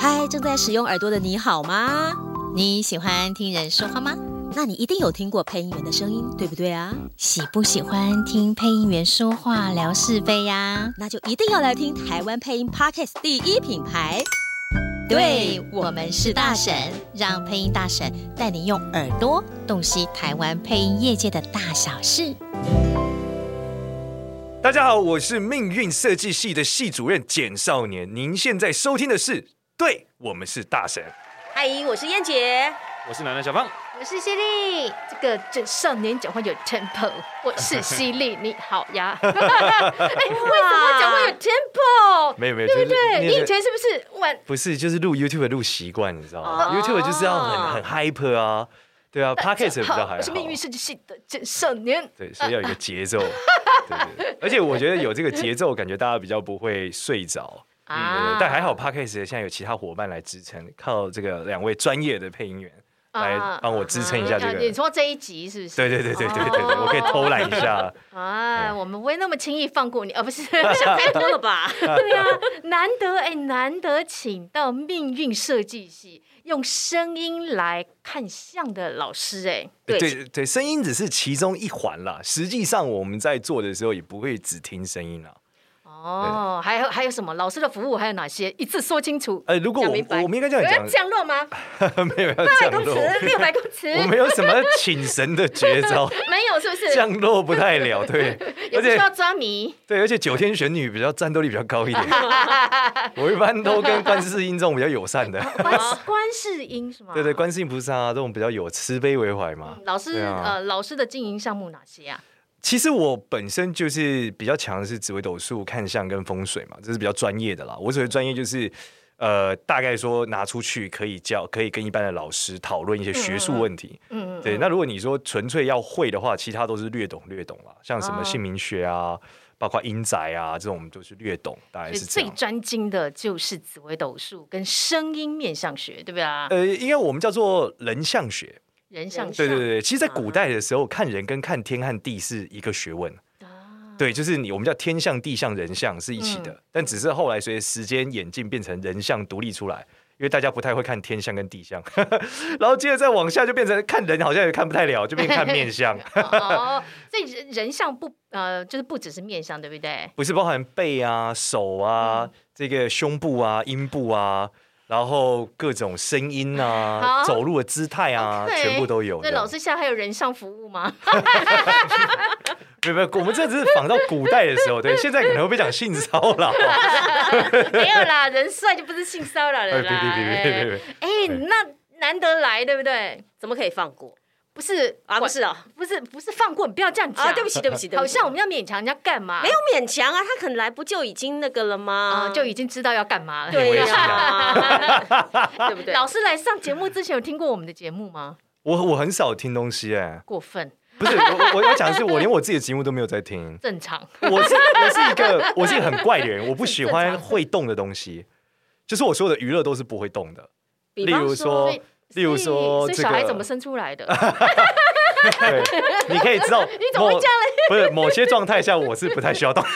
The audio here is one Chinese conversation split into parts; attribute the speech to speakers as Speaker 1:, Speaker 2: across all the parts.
Speaker 1: 嗨，正在使用耳朵的你好吗？
Speaker 2: 你喜欢听人说话吗？
Speaker 1: 那你一定有听过配音员的声音，对不对啊？
Speaker 2: 喜不喜欢听配音员说话聊是非呀、
Speaker 1: 那就一定要来听台湾配音 Podcast 第一品牌。
Speaker 2: 对，我们是大神，让配音大神带你用耳朵洞悉台湾配音业界的大小事。
Speaker 3: 大家好，我是命运设计系的系主任简少年。您现在收听的是，对我们是大神，
Speaker 1: 嗨，我是燕姐。
Speaker 4: 我是奶奶小胖，
Speaker 5: 我是犀利，
Speaker 6: 这个这少年讲话有 tempo，我是犀利，你好呀。 哎，为什么讲话有 tempo？
Speaker 3: 没有没有，
Speaker 6: 对不
Speaker 3: 就是
Speaker 6: 对？
Speaker 3: 那
Speaker 6: 你
Speaker 3: 个
Speaker 6: 以前是不是晚？
Speaker 3: 不是就是录 YouTube 录习惯，你知道吗、
Speaker 1: 哦
Speaker 3: y o u t u b e 就是要很很 hyper 啊，对 啊，Podcast 也比较还好，
Speaker 6: 我是命运设计系的这少年。
Speaker 3: 对，所以要有一个节 奏。对对对，而且我觉得有这个节奏，感觉大家比较不会睡着。嗯，
Speaker 6: 啊
Speaker 3: 对对但还好 p a c k a g e 现在有其他伙伴来支撑，靠这个两位专业的配音员来帮我支撑一下这
Speaker 6: 啊
Speaker 3: 个。
Speaker 6: 你说这一集是不是？
Speaker 3: 对对对对对对对，我可以偷懒一下。
Speaker 6: 啊，
Speaker 3: 嗯
Speaker 6: 我们不会那么轻易放过你，哦而 不是
Speaker 1: 太多了吧？
Speaker 6: 对啊，难得哎，难得请到命运设计系用声音来看相的老师哎，
Speaker 3: 对对，声音只是其中一环啦。实际上我们在做的时候，也不会只听声音啦。
Speaker 6: 哦，还有还有什么老师的服务还有哪些？一次说清楚。
Speaker 3: 呃，如果我
Speaker 6: 讲明白
Speaker 3: 我们应该这
Speaker 6: 有
Speaker 3: 样
Speaker 6: 要
Speaker 3: 讲，
Speaker 6: 降落吗？
Speaker 3: 没有要
Speaker 6: 八百
Speaker 3: 降
Speaker 6: 公尺
Speaker 3: 落，、
Speaker 6: 六百公尺，
Speaker 3: 我没有什么请神的绝招，
Speaker 6: 没有，是不是？
Speaker 3: 降落不太了。对，
Speaker 6: 也
Speaker 3: 而
Speaker 6: 不需
Speaker 3: 且
Speaker 6: 要抓迷。
Speaker 3: 对，而且九天玄女比较战斗力比较高一点，我一般都跟观世音这种比较友善的，
Speaker 6: 观观世音是吗？
Speaker 3: 对对，观世音菩萨啊这种比较有慈悲为怀嘛。
Speaker 6: 老师
Speaker 3: 对啊
Speaker 6: 呃，老师的经营项目哪些啊？
Speaker 3: 其实我本身就是比较强的是紫微斗数、看相跟风水嘛，这是比较专业的啦。我所谓专业就是，呃，大概说拿出去可以教，可以跟一般的老师讨论一些学术问题。
Speaker 6: 嗯，
Speaker 3: 对，那如果你说纯粹要会的话，其他都是略懂略懂啦，像什么
Speaker 6: 哦
Speaker 3: 姓名学啊，包括阴宅啊这种，我们都是略懂，大概
Speaker 6: 所以
Speaker 3: 是这
Speaker 6: 最
Speaker 3: 样。
Speaker 6: 专精的就是紫微斗数跟声音面相学，对不对啊？
Speaker 3: 呃，应该我们叫做人相学，
Speaker 6: 人相嗯学
Speaker 3: 对对对，其实，在古代的时候，看人跟看天和地是一个学问。
Speaker 6: 嗯哦
Speaker 3: 对，就是你，我们叫天象、地象、人象是一起的，但只是后来随着时间演进，变成人象独立出来，因为大家不太会看天象跟地象， 然后接着再往下就变成看人好像也看不太了，就变成看面 相，
Speaker 6: 哦，所以人人相不呃，就是不只是面相，对不对？
Speaker 3: 不是包含背啊、手啊、
Speaker 6: 嗯
Speaker 3: 这个胸部啊、阴部啊，然后各种声音啊、
Speaker 6: 好
Speaker 3: 走路的姿态啊
Speaker 6: OK
Speaker 3: 全部都有
Speaker 6: 那
Speaker 3: 的。
Speaker 6: 老师下还有人相服务吗？
Speaker 3: 没有没有，我们这只是仿到古代的时候，对，现在可能会被讲性骚 扰。
Speaker 6: 没有啦，人帅就不是性骚扰了
Speaker 3: 哎，
Speaker 6: 啦。
Speaker 3: 别别别别别别！
Speaker 6: 哎，那难得来，对不对？
Speaker 1: 怎么可以放过
Speaker 6: 不是
Speaker 1: 啊？不是啊，
Speaker 6: 不是不是放过，你不要这样讲
Speaker 1: 啊，对不起，对不起，对不
Speaker 6: 好
Speaker 1: 起，
Speaker 6: 像我们要勉强人家干嘛？
Speaker 1: 没有勉强啊，他可能来不就已经那个了吗？
Speaker 6: 啊，就已经知道要干嘛了。
Speaker 1: 对
Speaker 3: 哎我也是
Speaker 1: 呀， 对不对？
Speaker 6: 老师来上节目之前有听过我们的节目吗？
Speaker 3: 我我很少听东西哎，
Speaker 6: 过分，
Speaker 3: 不是我我我要讲的是，我连我自己的节目都没有在听。
Speaker 6: 正常。
Speaker 3: 我是我是一个我是一个很怪的人，我不喜
Speaker 6: 正
Speaker 3: 欢
Speaker 6: 常
Speaker 3: 会动的东西，就是我所有的娱乐都是不会动的。
Speaker 1: 比
Speaker 3: 例
Speaker 1: 方
Speaker 3: 如
Speaker 6: 所
Speaker 3: 说
Speaker 6: 以，
Speaker 3: 例如说
Speaker 6: 所以
Speaker 3: 这
Speaker 6: 小孩怎么
Speaker 3: 个，
Speaker 6: 生出 来的？
Speaker 3: 对，你可以知道某，
Speaker 6: 你怎么会这样嘞？
Speaker 3: 不是某些状态下我是不太需要动。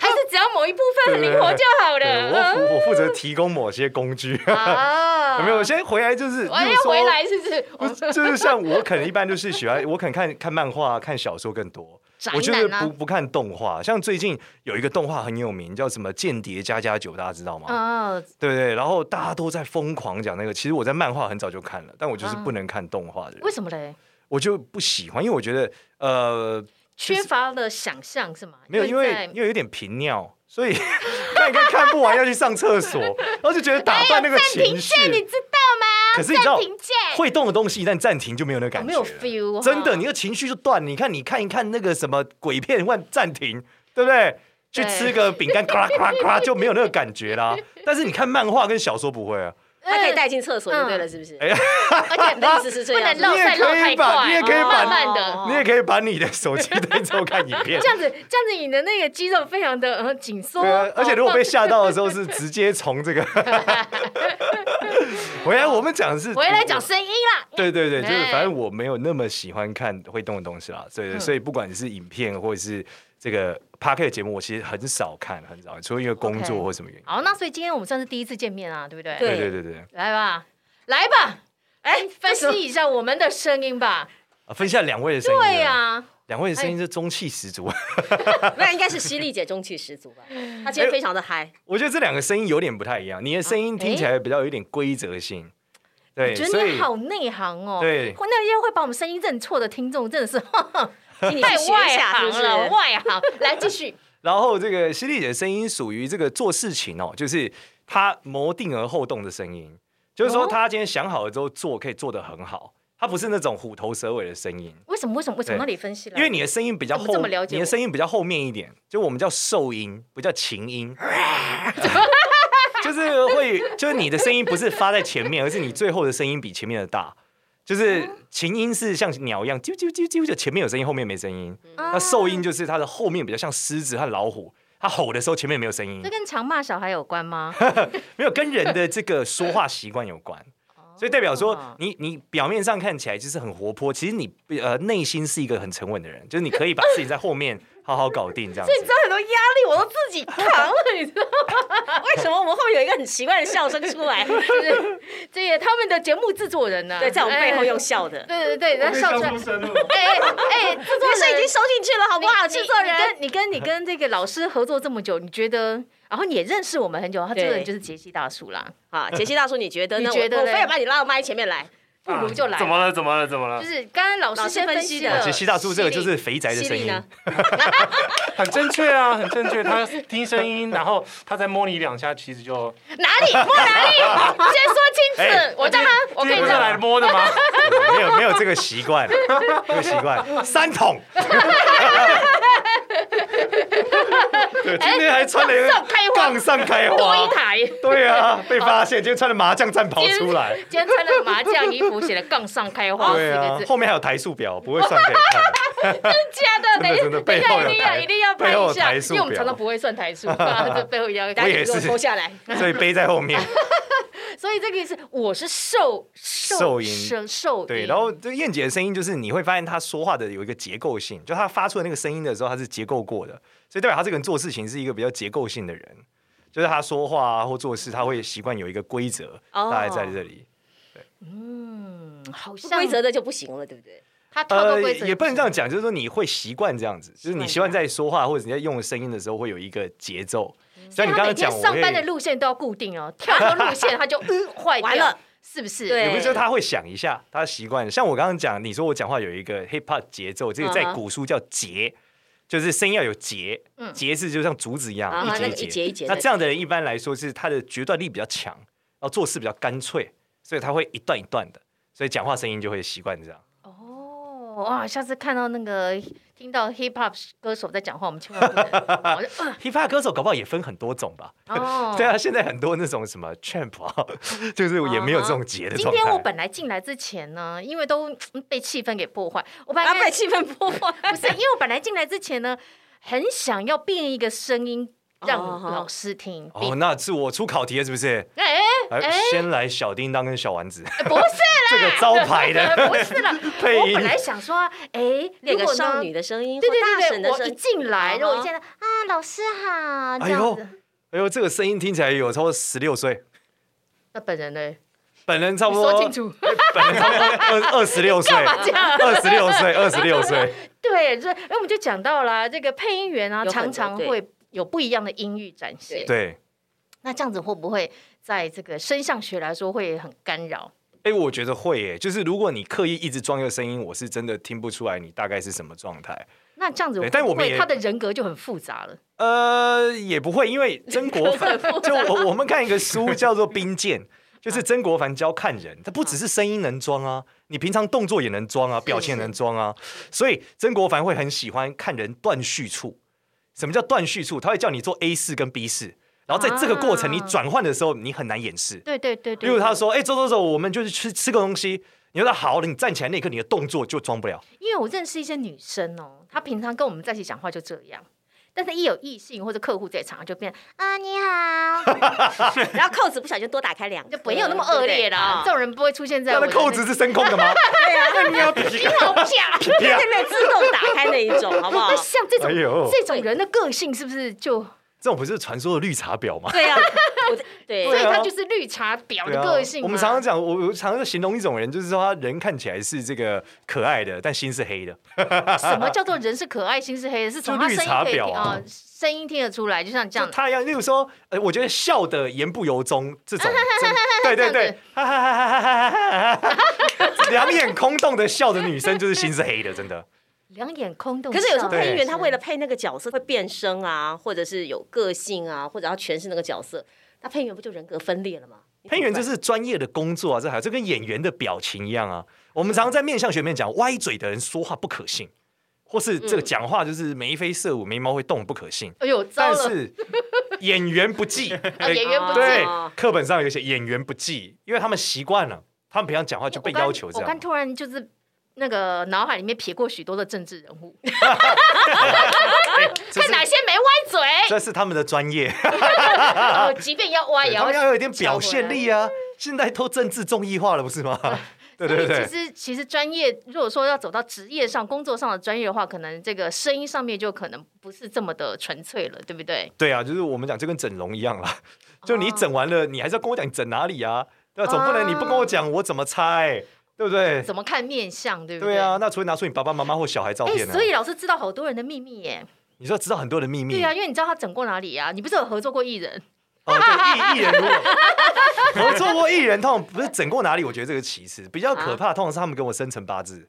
Speaker 6: 还是只要某一部分很灵活就好
Speaker 3: 对我
Speaker 6: 了？
Speaker 3: 负我负责提供某些工具。
Speaker 6: 啊
Speaker 3: 有没有？我先回来就是，
Speaker 6: 我
Speaker 3: 例如
Speaker 6: 要
Speaker 3: 说
Speaker 6: 回来是不是？
Speaker 3: 不是，就是像我可能一般就是喜欢，我可能看看漫画、看小说更多。
Speaker 6: 宅
Speaker 3: 我就是
Speaker 6: 男啊
Speaker 3: 不不看动画，像最近有一个动画很有名，叫什么《间谍加加酒》，大家知道吗？
Speaker 6: 啊，
Speaker 3: 对不对？然后大家都在疯狂讲那个，其实我在漫画很早就看了，但我就是不能看动画的人，
Speaker 6: 啊为什么嘞？
Speaker 3: 我就不喜欢，因为我觉得呃
Speaker 6: 缺乏了想象是吗？
Speaker 3: 没有，因
Speaker 6: 在
Speaker 3: 为因为有点频尿，所以 看一看看不完要去上厕所，然后就觉得
Speaker 6: 哎
Speaker 3: 打断那个情绪。
Speaker 6: 你知道吗？
Speaker 3: 可是你知道
Speaker 6: 暂停键
Speaker 3: 会动的东西一旦暂停就没有那个感觉了、
Speaker 6: 哦没有 feel 哈
Speaker 3: 真的，你的情绪就断。你看，你看一看那个什么鬼片，万暂停，对不对？去
Speaker 6: 对
Speaker 3: 吃个饼干，咔啦咔啦咔啦就没有那个感觉 啦。但是你看漫画跟小说不会啊，
Speaker 6: 呃
Speaker 1: 他可以带进厕所
Speaker 6: 嗯
Speaker 1: 就对了，是不是？
Speaker 3: 哎
Speaker 6: 而且
Speaker 1: 你的意思是这
Speaker 6: 不
Speaker 1: 样是
Speaker 6: 能
Speaker 1: 不
Speaker 6: 漏
Speaker 3: 你也
Speaker 6: 晒漏
Speaker 3: 可以
Speaker 6: 太
Speaker 3: 把
Speaker 6: 快，
Speaker 3: 你也可以把
Speaker 6: 慢慢的。
Speaker 1: 哦
Speaker 3: 你也可以把你的手机带走看影片
Speaker 6: 这。样子，这样子，你的那个肌肉非常的呃紧缩
Speaker 3: 对啊，，而且如果
Speaker 6: 哦
Speaker 3: 被吓到的时 候，是直接从这个 回来。我们讲的是
Speaker 6: 回来讲声音啦，
Speaker 3: 对对对，就是
Speaker 6: 哎嗯
Speaker 3: 反正我没有那么喜欢看会动的东西啦，对对，所以不管是影片或者是这个 p a r k e t 节目，我其实很少看，很少看，除了因为工作
Speaker 6: OK
Speaker 3: 或什么原因。
Speaker 6: 好，那所以今天我们算是第一次见面啊，对不对？
Speaker 3: 对
Speaker 4: 对
Speaker 3: 对对对，
Speaker 6: 来吧，来吧，哎，分析一下我们的声音吧。
Speaker 3: 啊分享两位的声音。
Speaker 6: 对呀、啊哎
Speaker 3: 两位的声音是中气十足。
Speaker 4: 那应该是犀利姐中气十足吧？她
Speaker 6: 哎
Speaker 4: 今天非常的嗨，
Speaker 3: 我觉得这两个声音有点不太一样，你的声音听起来比较有点规则性。对，
Speaker 6: 啊觉
Speaker 3: 所
Speaker 6: 得你
Speaker 3: 以
Speaker 6: 好内行哦。
Speaker 3: 对
Speaker 6: 哇那些会把我们声音认错的听众真的是
Speaker 4: 请你去
Speaker 6: 太
Speaker 4: 学一
Speaker 6: 外
Speaker 4: 下，是
Speaker 6: 行
Speaker 4: 不是？
Speaker 6: 了，外行。来继续，
Speaker 3: 然后这个犀利姐的声音属于这个做事情哦，就是她谋定而后动的声音，就是说她今天想好了之后做，可以做得很好。她不是那种虎头蛇尾的声音，
Speaker 6: 为什么？为什么？为什么？
Speaker 3: 对
Speaker 6: 那你分析了，
Speaker 3: 因为你的声音比较
Speaker 6: 怎么
Speaker 3: 后，
Speaker 6: 这么了解我
Speaker 3: 你的声音比较后面一点，就我们叫兽音，不叫琴音。 就是会，就是你的声音不是发在前面，而是你最后的声音比前面的大。就是琴音是像鸟一样啾啾啾啾，就前面有声音，后面没声音。
Speaker 6: 嗯
Speaker 3: 那兽
Speaker 6: 啊
Speaker 3: 音就是它的后面比较像狮子和老虎，它吼的时候前面没有声音
Speaker 6: 这，跟常骂小孩有 关吗？
Speaker 3: 没有跟人的这个说话习惯有 关。所以代表说
Speaker 6: 哦
Speaker 3: 你，你表面上看起来就是很活泼，其实你呃内心是一个很沉稳的人，就是你可以把事情在后面好好搞定这样子。
Speaker 4: 你知道很多压力我都自己扛了，你知道吗？为什么我们会有一个很奇怪的笑声出 来？
Speaker 6: 就是这也他们的节目制作人呢、
Speaker 4: 对，在我们背后
Speaker 6: 哎
Speaker 4: 用笑的，
Speaker 6: 对对对，然后笑出来。
Speaker 5: 声了。
Speaker 6: 哎哎哎，制作
Speaker 4: 这
Speaker 6: 人
Speaker 4: 是已经收进去了，好不好？
Speaker 6: 你
Speaker 4: 制作人，
Speaker 6: 你你跟你跟你跟这个老师合作这么久，你觉得，然后你也认识我们很久，他这个
Speaker 4: 对
Speaker 6: 人就是杰西大叔啦，
Speaker 4: 啊，杰西大叔，你觉得呢？
Speaker 6: 你觉得
Speaker 4: 我我
Speaker 6: 嘞
Speaker 4: 非要把你拉到麦前面来，
Speaker 6: 不
Speaker 3: 啊
Speaker 6: 如就来。
Speaker 5: 啊怎么了？怎么了？怎么了
Speaker 6: 就？是刚刚老
Speaker 4: 老
Speaker 6: 师
Speaker 4: 师
Speaker 6: 先分
Speaker 4: 分
Speaker 6: 析
Speaker 4: 析的
Speaker 6: 了
Speaker 3: 杰西大叔这个就是肥宅的
Speaker 4: 犀
Speaker 3: 声
Speaker 4: 利
Speaker 3: 音，
Speaker 4: 呢？
Speaker 5: 很正确啊，很正确。他听声音，然后他再摸你两下，其实就
Speaker 6: 哪里摸哪里， 先说清
Speaker 3: 哎
Speaker 6: 楚。我叫他，我跟
Speaker 5: 今天
Speaker 6: 你
Speaker 5: 不是来
Speaker 6: 讲，
Speaker 5: 摸的 吗？
Speaker 3: 没有没有这个习惯，没有习 惯。三桶，对，今天还穿了一
Speaker 6: 哎上
Speaker 3: 个
Speaker 6: 开花
Speaker 3: 杠上开
Speaker 6: 多一
Speaker 3: 花，
Speaker 6: 台。
Speaker 3: 对啊，被发现，今天穿了麻将战袍出来，
Speaker 6: 今天穿了麻将衣服，写了“杠上开花”四
Speaker 3: 对
Speaker 6: 个
Speaker 3: 啊
Speaker 6: 字，，
Speaker 3: 后面还有台数表，不会算可以看。
Speaker 6: 假的，等一
Speaker 3: 真的真的
Speaker 6: 等一
Speaker 3: 背后
Speaker 6: 下，
Speaker 3: 有台
Speaker 6: 一定要一定要拍
Speaker 3: 背后
Speaker 6: 一
Speaker 3: 有
Speaker 6: 下，
Speaker 3: 台数
Speaker 6: 因为我们常
Speaker 3: 表
Speaker 6: 常不会算台数， 啊这背后一定要。
Speaker 4: 来，
Speaker 3: 我
Speaker 4: 你
Speaker 3: 也
Speaker 4: 给我
Speaker 3: 是
Speaker 4: 脱下来，
Speaker 3: 所以背在后面。
Speaker 6: 所以这个是我是受
Speaker 3: 受
Speaker 6: 受
Speaker 3: 音
Speaker 6: 受受
Speaker 3: 对，
Speaker 6: 音
Speaker 3: 然后这个燕姐的声音就是你会发现她说话的有一个结构性，就她发出的那个声音的时候，她是结构过的，所以代表她这个人做事情是一个比较结构性的人，就是她说话啊或做事，她会习惯有一个规则，
Speaker 4: 哦
Speaker 3: 大概在这里。
Speaker 6: 嗯，好
Speaker 4: 不
Speaker 6: 像
Speaker 4: 规则的就不行了，对不对？
Speaker 6: 他跳到规则、
Speaker 3: 呃也不能这样。讲，就是说你会习惯这样子，嗯就是你习惯在说话或者你在用的声音的时候会有一个节奏。
Speaker 6: 所
Speaker 3: 像
Speaker 6: 以
Speaker 3: 你
Speaker 6: 他
Speaker 3: 刚
Speaker 6: 每
Speaker 3: 刚
Speaker 6: 天
Speaker 3: 讲，我
Speaker 6: 上班的
Speaker 3: 会
Speaker 6: 路线都要固 定哦，跳脱路线他就嗯坏掉
Speaker 4: 完了，
Speaker 6: 是不是？
Speaker 4: 对
Speaker 3: 也不是说他会想一下，他习惯。像我刚刚讲，你说我讲话有一个 hip hop 节奏，这个在
Speaker 4: 嗯哼
Speaker 3: 古书叫节，就是声音要有节
Speaker 6: 嗯，
Speaker 3: 节字就像竹子一样
Speaker 4: 啊，那个
Speaker 3: 一
Speaker 4: 一
Speaker 3: 节
Speaker 4: 节一节
Speaker 3: 那
Speaker 4: 的，
Speaker 3: 这样的人一般来说是他的决断力比较强，然后做事比较干脆，所以他会一段一段的，所以讲话声音就会习惯这样。
Speaker 6: 哦，哇，下次看到那个听到 hip hop 歌手在讲话，我们千万不能，我就嗯
Speaker 3: hip hop 歌手搞不好也分很多种吧？
Speaker 6: 哦，
Speaker 3: 对。啊，现在很多那种什么 champ 啊， 就是也没有这种节的
Speaker 6: 啊今
Speaker 3: 状
Speaker 6: 天我
Speaker 3: 态。
Speaker 6: 本来进来之前呢，因为都嗯被气氛给破坏，我本来
Speaker 4: 啊，
Speaker 6: 没
Speaker 4: 被气氛破坏。
Speaker 6: 不是，因为我本来进来之前呢，很想要变一个声音让
Speaker 4: 哦好
Speaker 6: 老师听。
Speaker 3: 哦，那是我出考题了，是不是？
Speaker 6: 哎哎
Speaker 3: 哎
Speaker 6: 哎，
Speaker 3: 先来小叮当跟小丸子
Speaker 6: 不是啦，
Speaker 3: 这个招牌
Speaker 6: 不
Speaker 3: 哎的
Speaker 6: 是啦，
Speaker 3: 配
Speaker 6: 我
Speaker 3: 音
Speaker 6: 本来想说，哎，
Speaker 4: 那
Speaker 6: 如
Speaker 4: 个
Speaker 6: 果
Speaker 4: 少
Speaker 6: 呢
Speaker 4: 女的声音，
Speaker 6: 对
Speaker 4: 或
Speaker 6: 对
Speaker 4: 大
Speaker 6: 对
Speaker 4: 婶的
Speaker 6: 对，我
Speaker 4: 声
Speaker 6: 一
Speaker 4: 音，
Speaker 6: 进来，
Speaker 4: 嗯哼
Speaker 6: 如果现在啊，老师好，这
Speaker 3: 哎
Speaker 6: 样
Speaker 3: 呦
Speaker 6: 子，
Speaker 3: 哎呦，这个声音听起来有超过十六岁，
Speaker 6: 那本人呢？
Speaker 3: 本人差
Speaker 6: 你
Speaker 3: 不多
Speaker 6: 说清楚，
Speaker 3: 本人差不 多二二十六岁，
Speaker 6: 这样
Speaker 3: 二十六岁，二十六 岁。
Speaker 6: 对，所以哎，我们就讲到了这个配音员啊，
Speaker 4: 有很
Speaker 6: 常常
Speaker 4: 多对
Speaker 6: 会有不一样的音域展现。
Speaker 3: 对，
Speaker 6: 那这样子会不会在这个声像学来说会很干扰？
Speaker 3: 哎、我觉得会耶，就是如果你刻意一直装一个声音，我是真的听不出来你大概是什么状态。
Speaker 6: 那这样子
Speaker 3: 对
Speaker 6: 会
Speaker 3: 但我
Speaker 6: 不
Speaker 3: 们
Speaker 6: 会
Speaker 3: 也
Speaker 6: 他的人格就很复杂了？
Speaker 3: 呃，也不会，因为曾国 藩就我我们看一个书叫做《兵谏》，就是曾国藩教看人，他不只是声音能装啊，你平常动作也能装啊，表情也能装啊，所以曾国藩会很喜欢看人断叙处。什么叫断叙处？他会叫你做 A 式跟 B 式，然后在这个过程
Speaker 6: 啊
Speaker 3: 你转换的时候，你很难掩饰。
Speaker 6: 对对对对。
Speaker 3: 例如他说：“哎、走走走，我们就是去吃个东西。”你说好了，你站起来那一刻，你的动作就装不了。
Speaker 6: 因为我认识一些女生哦，她平常跟我们在一起讲话就这样，但是，一有异性或者客户在场，就变啊你好，
Speaker 4: 然后扣子不小心多打开两颗，
Speaker 6: 就没有那么恶劣啊啦。这
Speaker 4: 对哦
Speaker 6: 种人不会出现在
Speaker 3: 他的
Speaker 6: 我的
Speaker 3: 扣子是真空的 吗？
Speaker 4: 不对对啊，
Speaker 6: 你好假。
Speaker 4: 对对对，自动打开那一种，好 不好
Speaker 6: 那？像这种、
Speaker 3: 哎呦
Speaker 6: 这种人的个性是不是就？
Speaker 3: 这种不是传说的绿茶婊吗？
Speaker 4: 对
Speaker 6: 啊
Speaker 4: 呀，我的对，
Speaker 6: 所以
Speaker 3: 啊
Speaker 6: 他就是绿茶婊的个性、
Speaker 3: 我们常常。讲，我我常常形容一种人，就是说他人看起来是这个可爱的，但心是黑的。
Speaker 6: 什么叫做人是可爱，心是黑的？是从
Speaker 3: 就
Speaker 6: 他
Speaker 3: 绿
Speaker 6: 声音
Speaker 3: 茶
Speaker 6: 可以听
Speaker 3: 婊啊
Speaker 6: 哦声音听得出来，就像这
Speaker 3: 就
Speaker 6: 样。
Speaker 3: 他一样，例如说，呃，我觉得笑的言不由衷这种，真对对
Speaker 6: 这样
Speaker 3: 对
Speaker 6: 子，
Speaker 3: 哈哈哈哈哈哈哈哈哈哈，两眼空洞的笑的女生就是心是黑的，真的。
Speaker 6: 两眼空洞。
Speaker 4: 可是有时候
Speaker 3: 对
Speaker 4: 配音员他为了配那个角色会变声啊，或者是有个性啊，或者要诠释那个角色，那配音员不就人格分裂了吗？
Speaker 3: 配音员这是专业的工作啊，这还这跟演员的表情一样啊。我们常常在面向学面讲，歪嘴的人说话不可信，或是这个讲话就是眉飞色舞、眉毛会动不可信。
Speaker 6: 哎呦，
Speaker 3: 但
Speaker 6: 糟了！啊
Speaker 3: 是演员不记，呃
Speaker 6: 演员不记
Speaker 3: 对
Speaker 4: 哦，
Speaker 3: 课本上有写演员不记，因为他们习惯了，他们平常讲话就被要求这
Speaker 6: 我
Speaker 3: 样
Speaker 6: 刚。突然就是那个脑海里面撇过许多的政治人物，
Speaker 3: 这
Speaker 6: 看
Speaker 3: 是
Speaker 6: 哪哎些没歪嘴，
Speaker 3: 这是他们的专业，
Speaker 6: 哦，即便要歪也
Speaker 3: 啊他
Speaker 6: 要
Speaker 3: 们要有一点表现力啊！现在都政治综艺化了，不是 吗？对对对
Speaker 6: 哎其，实其实专业，如果说要走到职业上、工作上的专业的话，可能这个声音上面就可能不是这么的纯粹了，对不对？
Speaker 3: 对啊，就是我们讲这跟整容一样啦，
Speaker 6: 哦
Speaker 3: 就你整完了，你还是要跟我讲你整哪里啊？那总不能你不跟我讲，我怎么猜？对不对？
Speaker 6: 怎么看面相，对不
Speaker 3: 对啊，那除非拿出你爸爸妈妈或小孩照
Speaker 6: 哎、
Speaker 3: 片啊呢
Speaker 6: 所？以老师知道好多人的秘密耶。
Speaker 3: 你说知道很多人秘密
Speaker 6: 对啊，因为你知道他整过哪里啊？你不是有合作过艺人？
Speaker 3: 哦，对，艺艺人如果 合作过艺人，通常不是整过哪里，我觉得这个其次比较可怕，通常是他们跟我生辰八字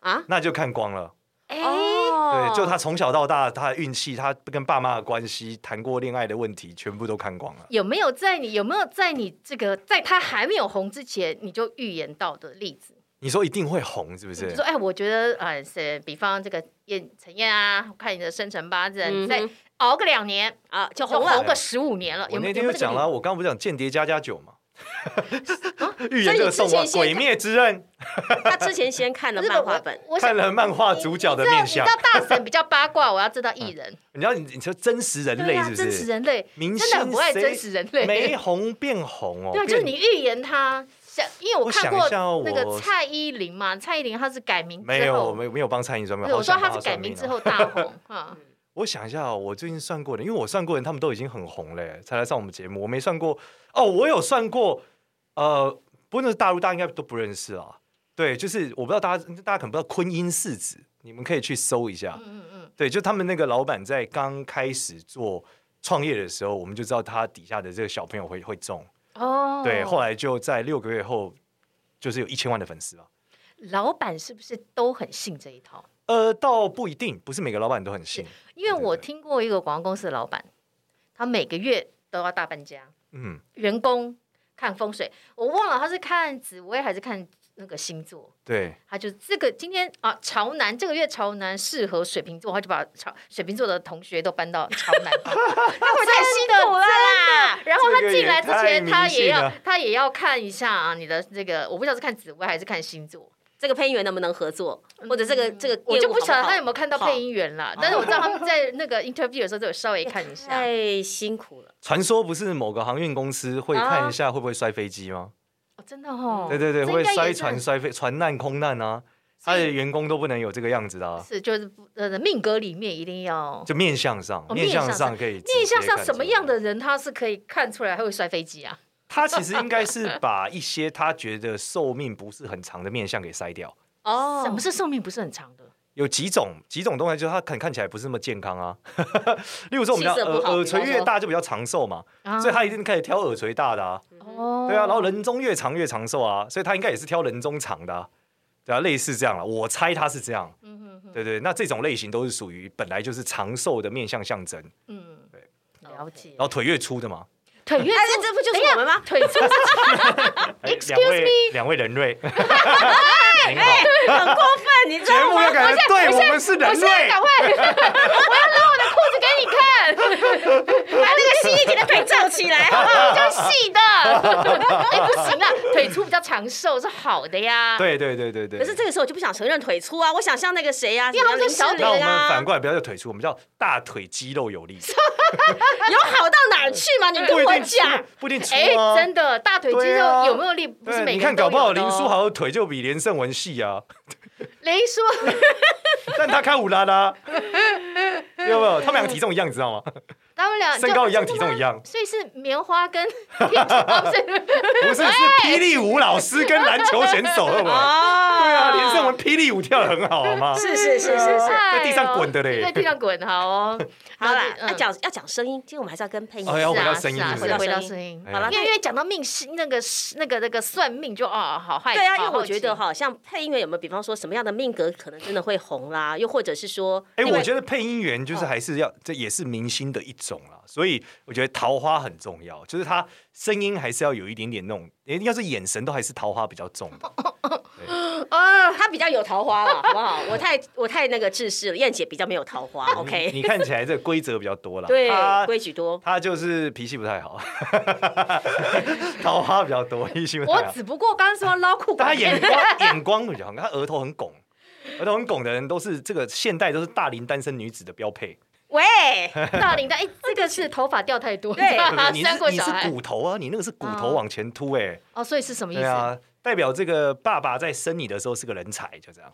Speaker 4: 啊，
Speaker 3: 那就看光了。
Speaker 6: 哎、
Speaker 4: 哦
Speaker 3: 对，就他从小到大，他的运气，他跟爸妈的关系，谈过恋爱的问题，全部都看光了。
Speaker 6: 有没有在你有没有在你这个在他还没有红之前，你就预言到的例子？
Speaker 3: 你说一定会红，是不
Speaker 6: 就是说，？哎、我觉得，呃，是比方这个燕陈燕啊，我看你的生辰八字，
Speaker 4: 嗯哼
Speaker 6: 你再熬个两年，
Speaker 4: 啊，就
Speaker 6: 就
Speaker 4: 红
Speaker 6: 红
Speaker 4: 了。
Speaker 6: 个十五年了。
Speaker 3: 我
Speaker 6: 有没
Speaker 3: 那
Speaker 6: 有
Speaker 3: 天就讲了啊，
Speaker 6: 有
Speaker 3: 我刚刚不是讲《间谍加加酒》吗？
Speaker 6: 啊
Speaker 3: 预言这个
Speaker 4: 所以
Speaker 3: 动
Speaker 4: 你
Speaker 3: 画《
Speaker 4: 之前先
Speaker 3: 鬼灭之刃
Speaker 4: 他之前先看了
Speaker 6: 没有这个例子
Speaker 4: 漫画本，
Speaker 6: 我我》，想
Speaker 3: 看了漫画主角的
Speaker 6: 这样
Speaker 3: 面
Speaker 6: 你知
Speaker 3: 相
Speaker 6: 道，大神比较八卦，我要知道艺 人，
Speaker 3: 你知道你你说真实人
Speaker 6: 对
Speaker 3: 类
Speaker 6: 啊，
Speaker 3: 是不
Speaker 6: 真实
Speaker 3: 是？
Speaker 6: 人类
Speaker 3: 明
Speaker 6: 真的很
Speaker 3: 星
Speaker 6: 不爱
Speaker 3: 谁
Speaker 6: 真实人类，
Speaker 3: 没红变红哦，
Speaker 6: 对啊，就是
Speaker 3: 变
Speaker 6: 你预言他。像因为
Speaker 3: 我
Speaker 6: 看
Speaker 3: 想
Speaker 6: 过
Speaker 3: 一下哦
Speaker 6: 那
Speaker 3: 我
Speaker 6: 个蔡依林嘛，蔡依林她是改名
Speaker 3: 没
Speaker 6: 之
Speaker 3: 有，我
Speaker 6: 后，
Speaker 3: 没有没有帮餐饮专门。
Speaker 6: 对，我
Speaker 3: 好
Speaker 6: 说
Speaker 3: 想
Speaker 6: 她
Speaker 3: 帮
Speaker 6: 是
Speaker 3: 他算
Speaker 6: 改名
Speaker 3: 命哦
Speaker 6: 之后大红 啊，
Speaker 3: 我想一下哦，我最近算过的，因为我算过的人，他们都已经很红嘞，才来上我们节目。我没算过哦，我有算过，呃，不论是大陆，大家应该都不认识啊。对，就是我不知道大家，大家可能不知道昆音四子，你们可以去搜一下。
Speaker 6: 嗯嗯嗯，
Speaker 3: 对，就他们那个老板在刚开始做创业的时候，我们就知道他底下的这个小朋友会会中。
Speaker 6: 哦，
Speaker 3: 对，后来就在六个月后，就是有一千万的粉丝啊。
Speaker 6: 老板是不是都很信这一套？
Speaker 3: 呃，倒不一定，不是每个老板都很信。
Speaker 6: 因为
Speaker 3: 对对
Speaker 6: 我
Speaker 3: 对
Speaker 6: 听过一个广告公司的老板，他每个月都要大搬家，
Speaker 3: 嗯，
Speaker 6: 员工看风水，我忘了他是看紫薇还是看那个星座。
Speaker 3: 对。
Speaker 6: 他就这个今天啊，朝南这个月朝南适合水瓶座，他就把朝水瓶座的同学都搬到朝 南，那会儿太辛苦了啦。然后他进来之前，他也
Speaker 3: 这个也太迷信
Speaker 6: 要
Speaker 3: 了
Speaker 6: 他也要看一下啊，你的这个我不知道是看紫薇还是看星座，
Speaker 4: 这个配音员能不能合作，或者这个这个业务
Speaker 6: 嗯我就不晓得
Speaker 4: 好好
Speaker 6: 他有没有看到
Speaker 4: 好哎
Speaker 6: 配音员啦。但是我知道他们在那个 interview 的时候都有稍微看一下。
Speaker 4: 太辛苦了。
Speaker 3: 传说不是某个航运公司会看一下会不会摔飞机吗？
Speaker 6: 哦，真的哦，
Speaker 3: 对对对，
Speaker 6: 啊这
Speaker 3: 会
Speaker 6: 应该也
Speaker 3: 摔
Speaker 6: 是
Speaker 3: 船、
Speaker 6: 很
Speaker 3: 摔飞、船难、空难啊，他的员工都不能有这个样子的、啊，
Speaker 6: 是就是不呃命格里面一定要
Speaker 3: 就面相上，
Speaker 6: 哦
Speaker 3: 面
Speaker 6: 面
Speaker 3: 相
Speaker 6: 相
Speaker 3: 上可以
Speaker 6: 面相
Speaker 3: 直
Speaker 6: 上
Speaker 3: 接看
Speaker 6: 什么样
Speaker 3: 出来？
Speaker 6: 的人他是可以看出来他会摔飞机啊？
Speaker 3: 他其实应该是把一些他觉得寿命不是很长的面相给筛掉。
Speaker 4: 哦
Speaker 6: 什么是寿命不是很长的？
Speaker 3: 有几种几种东西，就是他可能看起来不是那么健康啊。 例如说，我们讲
Speaker 4: 气色不
Speaker 3: 耳
Speaker 4: 好
Speaker 3: 耳垂
Speaker 4: 比方
Speaker 3: 越
Speaker 4: 说
Speaker 3: 大就比较长寿嘛，
Speaker 6: 啊
Speaker 3: 所以他一定开始挑耳垂大的啊。
Speaker 6: 哦，
Speaker 3: 对啊，然后人中越长越长寿啊，所以他应该也是挑人中长的、啊，对啊，类似这样了。我猜他是这样，
Speaker 6: 嗯
Speaker 3: 对对。那这种类型都是属于本来就是长寿的面相象征，然
Speaker 6: 嗯
Speaker 3: 对，
Speaker 6: 了解。
Speaker 3: 后腿越粗的嘛。
Speaker 6: 腿越
Speaker 4: 哎，这这不就是我们吗？
Speaker 6: 腿粗是
Speaker 3: 哎两位两位人类， 您好，
Speaker 6: 哎
Speaker 4: 很过分，你知
Speaker 3: 节
Speaker 4: 道
Speaker 3: 目
Speaker 4: 吗？
Speaker 3: 要感觉对我们是
Speaker 6: 我
Speaker 3: 人
Speaker 6: 现在
Speaker 3: 类
Speaker 6: 赶，快，我要拉我的裤子给你看。
Speaker 4: 把那个洗衣机的腿照出起来 好不好？
Speaker 6: 比较细的，哎、不行啦，腿粗比较长寿是好的呀。
Speaker 3: 对对对对对。
Speaker 4: 可是这个时候我就不想承认腿粗啊，我想像那个谁呀、啊，
Speaker 6: 你好像
Speaker 4: 林
Speaker 6: 是小
Speaker 4: 志玲
Speaker 3: 那我们
Speaker 4: 啊
Speaker 3: 反，过来不要叫腿粗，我们叫大腿肌肉有力。
Speaker 4: 有好到哪儿去吗？你跟
Speaker 3: 不一
Speaker 4: 我
Speaker 3: 定粗
Speaker 4: 讲，，
Speaker 3: 不一定粗
Speaker 6: 哎、
Speaker 3: 啊。
Speaker 6: 真的，大腿肌
Speaker 3: 对
Speaker 6: 肉
Speaker 3: 啊
Speaker 6: 有没有力，不是
Speaker 3: 对，
Speaker 6: 每
Speaker 3: 你
Speaker 6: 个
Speaker 3: 看，
Speaker 6: 人都
Speaker 3: 搞
Speaker 6: 有
Speaker 3: 不好
Speaker 6: 的
Speaker 3: 林
Speaker 6: 哦
Speaker 3: 书豪的腿就比连胜文细啊，
Speaker 6: 雷叔，
Speaker 3: 但他开五拉拉，有没有？他们两个体重一样，你知道吗？
Speaker 6: 他们俩
Speaker 4: 嗯
Speaker 6: 就
Speaker 3: 身高一样，体重一样。
Speaker 6: 所以是棉花跟 天竺哦不是
Speaker 3: 不
Speaker 4: 啊
Speaker 3: 是，是霹雳舞老师跟篮球选手，好 不好？
Speaker 4: 哦，
Speaker 3: 对啊，连胜文霹雳舞跳的很好，好吗？
Speaker 4: 是是是是是，
Speaker 6: 哎呦
Speaker 3: 在地上滚的嘞
Speaker 6: 在地上滚，好哦。
Speaker 4: 好啦，
Speaker 6: 然
Speaker 4: 要
Speaker 6: 后就，
Speaker 4: 讲要讲声音，今天我们还是要跟配音
Speaker 3: 哎呀
Speaker 4: 师
Speaker 3: 要回
Speaker 6: 嗯
Speaker 3: 到
Speaker 6: 是
Speaker 3: 声音
Speaker 6: 啊
Speaker 3: 是
Speaker 6: 是
Speaker 3: 不
Speaker 6: 啊，
Speaker 3: 是
Speaker 6: 回到声音。
Speaker 3: 哎
Speaker 4: 好了，
Speaker 6: 因
Speaker 4: 那
Speaker 6: 为因为讲到命是那个是那个那个算命就哦好害
Speaker 4: 对啊，因
Speaker 6: 好
Speaker 4: 为我
Speaker 6: 好奇
Speaker 4: 觉得哈，像配音员有没有，比方说什么样的命格可能真的会红啦，又或者是说，
Speaker 3: 哎、
Speaker 4: 另外
Speaker 3: 我觉得配音员就是
Speaker 4: 嗯
Speaker 3: 还是要，这也是明星的一种啦，所以我觉得桃花很重要，就是他声音还是要有一点点那种，哎要是眼神都还是桃花比较重 的。
Speaker 4: 啊，他比较有桃花了，好不好？我太我太那个自私了，燕姐比较没有桃花
Speaker 3: 你啊
Speaker 4: ，OK？
Speaker 3: 你看起来这个规则比较多啦，
Speaker 4: 对
Speaker 3: 他，
Speaker 4: 规矩多。
Speaker 3: 他就是脾气不太好， 桃花比较多，脾气不
Speaker 6: 我
Speaker 3: 太好。
Speaker 6: 只不过刚刚说捞裤
Speaker 3: 但他啊
Speaker 6: 管
Speaker 3: 眼光眼光比较好，他额头很拱，额头很拱的人都是这个现代都是大龄单身女子的标配。
Speaker 4: 喂，
Speaker 6: 大领带，哎，这个是头发掉太多，
Speaker 4: 对
Speaker 6: 你知道吗
Speaker 3: 你
Speaker 6: 三
Speaker 3: 是
Speaker 6: 过
Speaker 3: 你
Speaker 6: 小
Speaker 3: 是
Speaker 6: 孩
Speaker 3: 骨头啊，你那个是骨头
Speaker 6: 嗯
Speaker 3: 往前凸哎、
Speaker 6: 哦，所以是什么意
Speaker 3: 对
Speaker 6: 思？
Speaker 3: 啊，代表这个爸爸在生你的时候是个人才，就这样。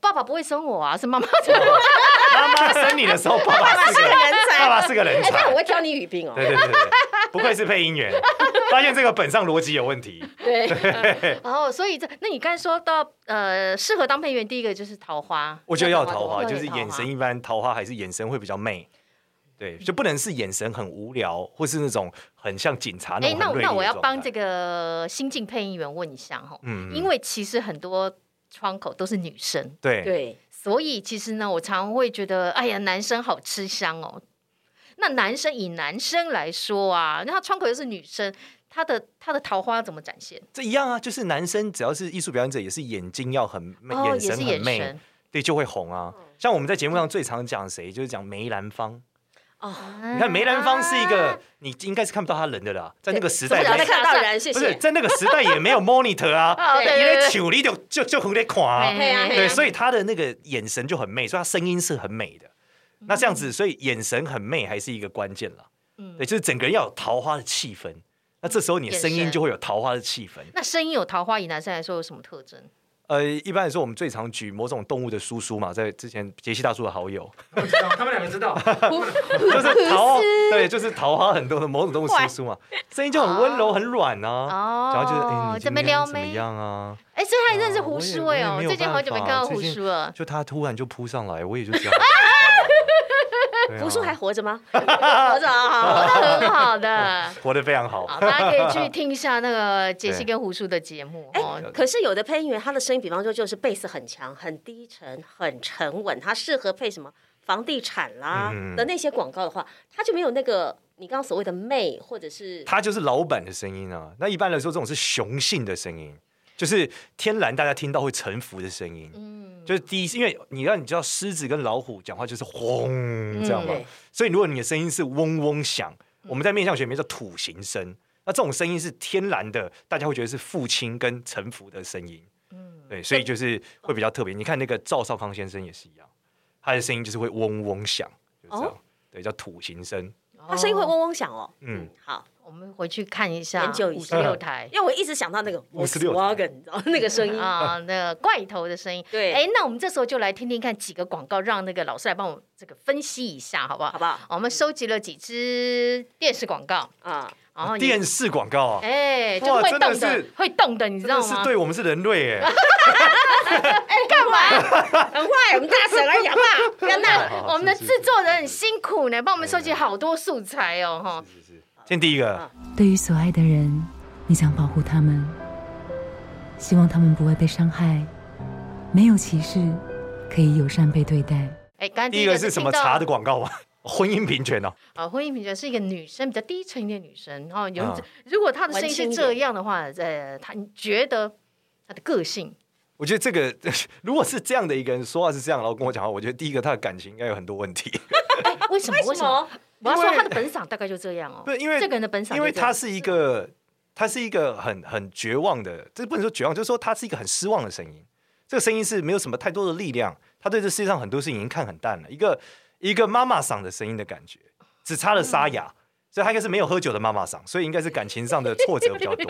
Speaker 6: 爸爸不会生我啊，是妈妈
Speaker 3: 哦
Speaker 6: 生我。
Speaker 3: 妈妈生你的时候，爸爸是个人才，爸爸是个人
Speaker 4: 哎，他很
Speaker 3: 才。
Speaker 4: 会挑你语病哦。
Speaker 3: 对对对对，不愧是配音员，发现这个本上逻辑有问题。
Speaker 4: 对，
Speaker 6: 哦，所以这，那你刚才说到呃，适合当配音员，第一个就是桃花，
Speaker 3: 我觉得要桃花，
Speaker 6: 要有
Speaker 3: 就是眼神一般，桃花还是眼神会比较媚。对，
Speaker 6: 嗯
Speaker 3: 就不能是眼神很无聊，或是那种很像警察那
Speaker 6: 哎、
Speaker 3: 种
Speaker 6: 那
Speaker 3: 很锐利
Speaker 6: 那我要帮这
Speaker 3: 个，
Speaker 6: 个新进配音员问一下哈，
Speaker 3: 嗯
Speaker 6: 因为其实很多窗口都是女生，
Speaker 3: 对
Speaker 4: 对，
Speaker 6: 所以其实呢，我常会觉得，哎呀，男生好吃香哦。那男生以男生来说啊，那他窗口又是女生，他的他的桃花怎么展现？
Speaker 3: 这一样啊，就是男生只要是艺术表演者，也是眼睛要很媚
Speaker 6: 哦，
Speaker 3: 眼
Speaker 6: 也
Speaker 3: 神
Speaker 6: 是
Speaker 3: 很
Speaker 6: 眼
Speaker 3: 媚
Speaker 6: 神，嗯
Speaker 3: 对，就会红啊。像我们在节目上最常讲谁，就是讲梅兰芳。
Speaker 4: 哦，
Speaker 6: 嗯
Speaker 3: 你看梅兰芳是一个，你应该是看不到他人的啦，在那个时代
Speaker 4: 不想
Speaker 3: 没
Speaker 4: 再看到人，谢
Speaker 3: 不是
Speaker 4: 谢。
Speaker 3: 在那个时代也没有 monitor 啊，
Speaker 6: 哦，对
Speaker 3: 你
Speaker 6: 对
Speaker 3: 在
Speaker 6: 对
Speaker 3: 球你就就就很在看啊，
Speaker 4: 嘿啊嘿啊
Speaker 3: 对，所以他的那个眼神就很媚，所以他声音是很美的。那这样子，所以眼神很媚还是一个关键啦。
Speaker 6: 嗯
Speaker 3: 对，就是整个人要有桃花的气氛，那这时候你的声
Speaker 6: 眼
Speaker 3: 音
Speaker 6: 神
Speaker 3: 就会有桃花的气氛。
Speaker 6: 那声音有桃花，以男生来说有什么特征？
Speaker 3: 呃，一般来说，我们最常举某种动物的叔叔嘛，在之前杰西大叔的好友，
Speaker 5: 我知道，他们两个知道。
Speaker 3: 就是桃，对，就是桃花很多的某种动物叔叔嘛，声音就很温柔、很软啊。
Speaker 6: 哦，
Speaker 3: 然后就是哎，你
Speaker 6: 这
Speaker 3: 今
Speaker 6: 边
Speaker 3: 天
Speaker 6: 撩
Speaker 3: 怎么
Speaker 6: 妹，
Speaker 3: 样啊？
Speaker 6: 哎，所以他也认识
Speaker 3: 啊
Speaker 6: 胡
Speaker 3: 我也
Speaker 6: 叔
Speaker 3: 我
Speaker 6: 哎
Speaker 3: 也
Speaker 6: 哦，
Speaker 3: 没有
Speaker 6: 最近
Speaker 3: 办
Speaker 6: 好久没
Speaker 3: 法
Speaker 6: 看到
Speaker 3: 最
Speaker 6: 胡
Speaker 3: 近
Speaker 6: 叔 了。
Speaker 3: 就他突然就扑上来，我也就这样。对啊，
Speaker 4: 胡叔还活着吗？活着啊，好
Speaker 6: 很好的
Speaker 3: 活得非常好，
Speaker 6: 好，大家可以 去听一下那个杰西跟胡叔的节目
Speaker 3: 哎
Speaker 6: 哦。
Speaker 4: 可是有的配音员，他的声音，比方说就是贝斯很强、很低沉、很沉稳，他适合配什么房地产啦、
Speaker 3: 嗯
Speaker 4: 的那些广告的话，他就没有那个你刚刚所谓的媚，或者是
Speaker 3: 他就是老板的声音啊。那一般来说，这种是雄性的声音，就是天然大家听到会臣服的声音。
Speaker 6: 嗯，
Speaker 3: 就是第一，因为你让你知道狮子跟老虎讲话就是轰这样嘛，
Speaker 4: 嗯对嗯
Speaker 3: 所以如果你的声音是嗡嗡响，我们在面相学里面叫土形声。那这种声音是天然的，大家会觉得是父亲跟臣服的声音。
Speaker 4: 嗯
Speaker 3: 对，所以就是会比较特别。你看那个赵少康先生也是一样，他的声音就是会嗡嗡响，就是这样。
Speaker 4: 哦
Speaker 3: 对，叫土形声。
Speaker 4: 他声音会
Speaker 6: 哦，
Speaker 4: 嗡嗡响哦。
Speaker 3: 嗯
Speaker 4: 嗯，好，
Speaker 6: 我们回去看一下
Speaker 4: 研究一
Speaker 6: 五十
Speaker 4: 下
Speaker 6: 六台
Speaker 4: 因为我一直想到那个
Speaker 3: 56
Speaker 4: Volkswagen，你知道那个 声音。
Speaker 3: 嗯
Speaker 6: 啊，那个怪头的声音。
Speaker 4: 对
Speaker 6: 哎，那我们这时候就来听听看几个广告，让那个老师来帮我这个分析一下，好不
Speaker 4: 好
Speaker 6: 好？
Speaker 4: 不好？
Speaker 6: 我们收集了几支电视广告，
Speaker 4: 啊，
Speaker 6: 然后你
Speaker 3: 电视广告啊，
Speaker 6: 哎，就
Speaker 3: 哇
Speaker 6: 会
Speaker 3: 真的
Speaker 6: 动的
Speaker 3: 是，
Speaker 6: 会动的，你知
Speaker 3: 真
Speaker 6: 道
Speaker 3: 的是
Speaker 6: 吗？
Speaker 3: 对我们是人类哎。
Speaker 4: 很坏，我们大哎婶来养吧， 不要闹了。
Speaker 3: 好
Speaker 6: 我们的
Speaker 3: 是是
Speaker 6: 制作人很辛苦呢，帮我们收集好多素材哦，哈。
Speaker 3: 先第一个
Speaker 4: 啊，
Speaker 7: 对于所爱的人，你想保护他们，希望他们不会被伤害，没有歧视，可以友善被对待。
Speaker 6: 哎，刚才
Speaker 3: 第一个是什么茶的
Speaker 6: 的？
Speaker 3: 广告啊？ 婚姻平权哦，
Speaker 6: 呃，婚姻平权是一个女生比较低沉一点的女生，然后有、
Speaker 3: 啊
Speaker 6: 如果她的声音
Speaker 4: 文青
Speaker 6: 是
Speaker 4: 一
Speaker 6: 这
Speaker 4: 点
Speaker 6: 样的话，呃，她你觉得她的个性
Speaker 3: 我觉得这个 如果是这样的一个人说话是这样，然后跟我讲话，我觉得第一个他的感情应该有很多问题。
Speaker 4: 哦
Speaker 6: 为什么？为什么？我要说他的本嗓大概就这样哦。
Speaker 3: 不是因为
Speaker 6: 这个人的本嗓，
Speaker 3: 因为他是一个，他是一个很很绝望的，这不能说绝望，就是说他是一个很失望的声音。这个声音是没有什么太多的力量，他对这世界上很多事情已经看很淡了，一个一个妈妈嗓的声音的感觉，只差了沙
Speaker 6: 嗯
Speaker 3: 哑。所以他应该是没有喝酒的妈妈嗓，所以应该是感情上的挫折比较 多。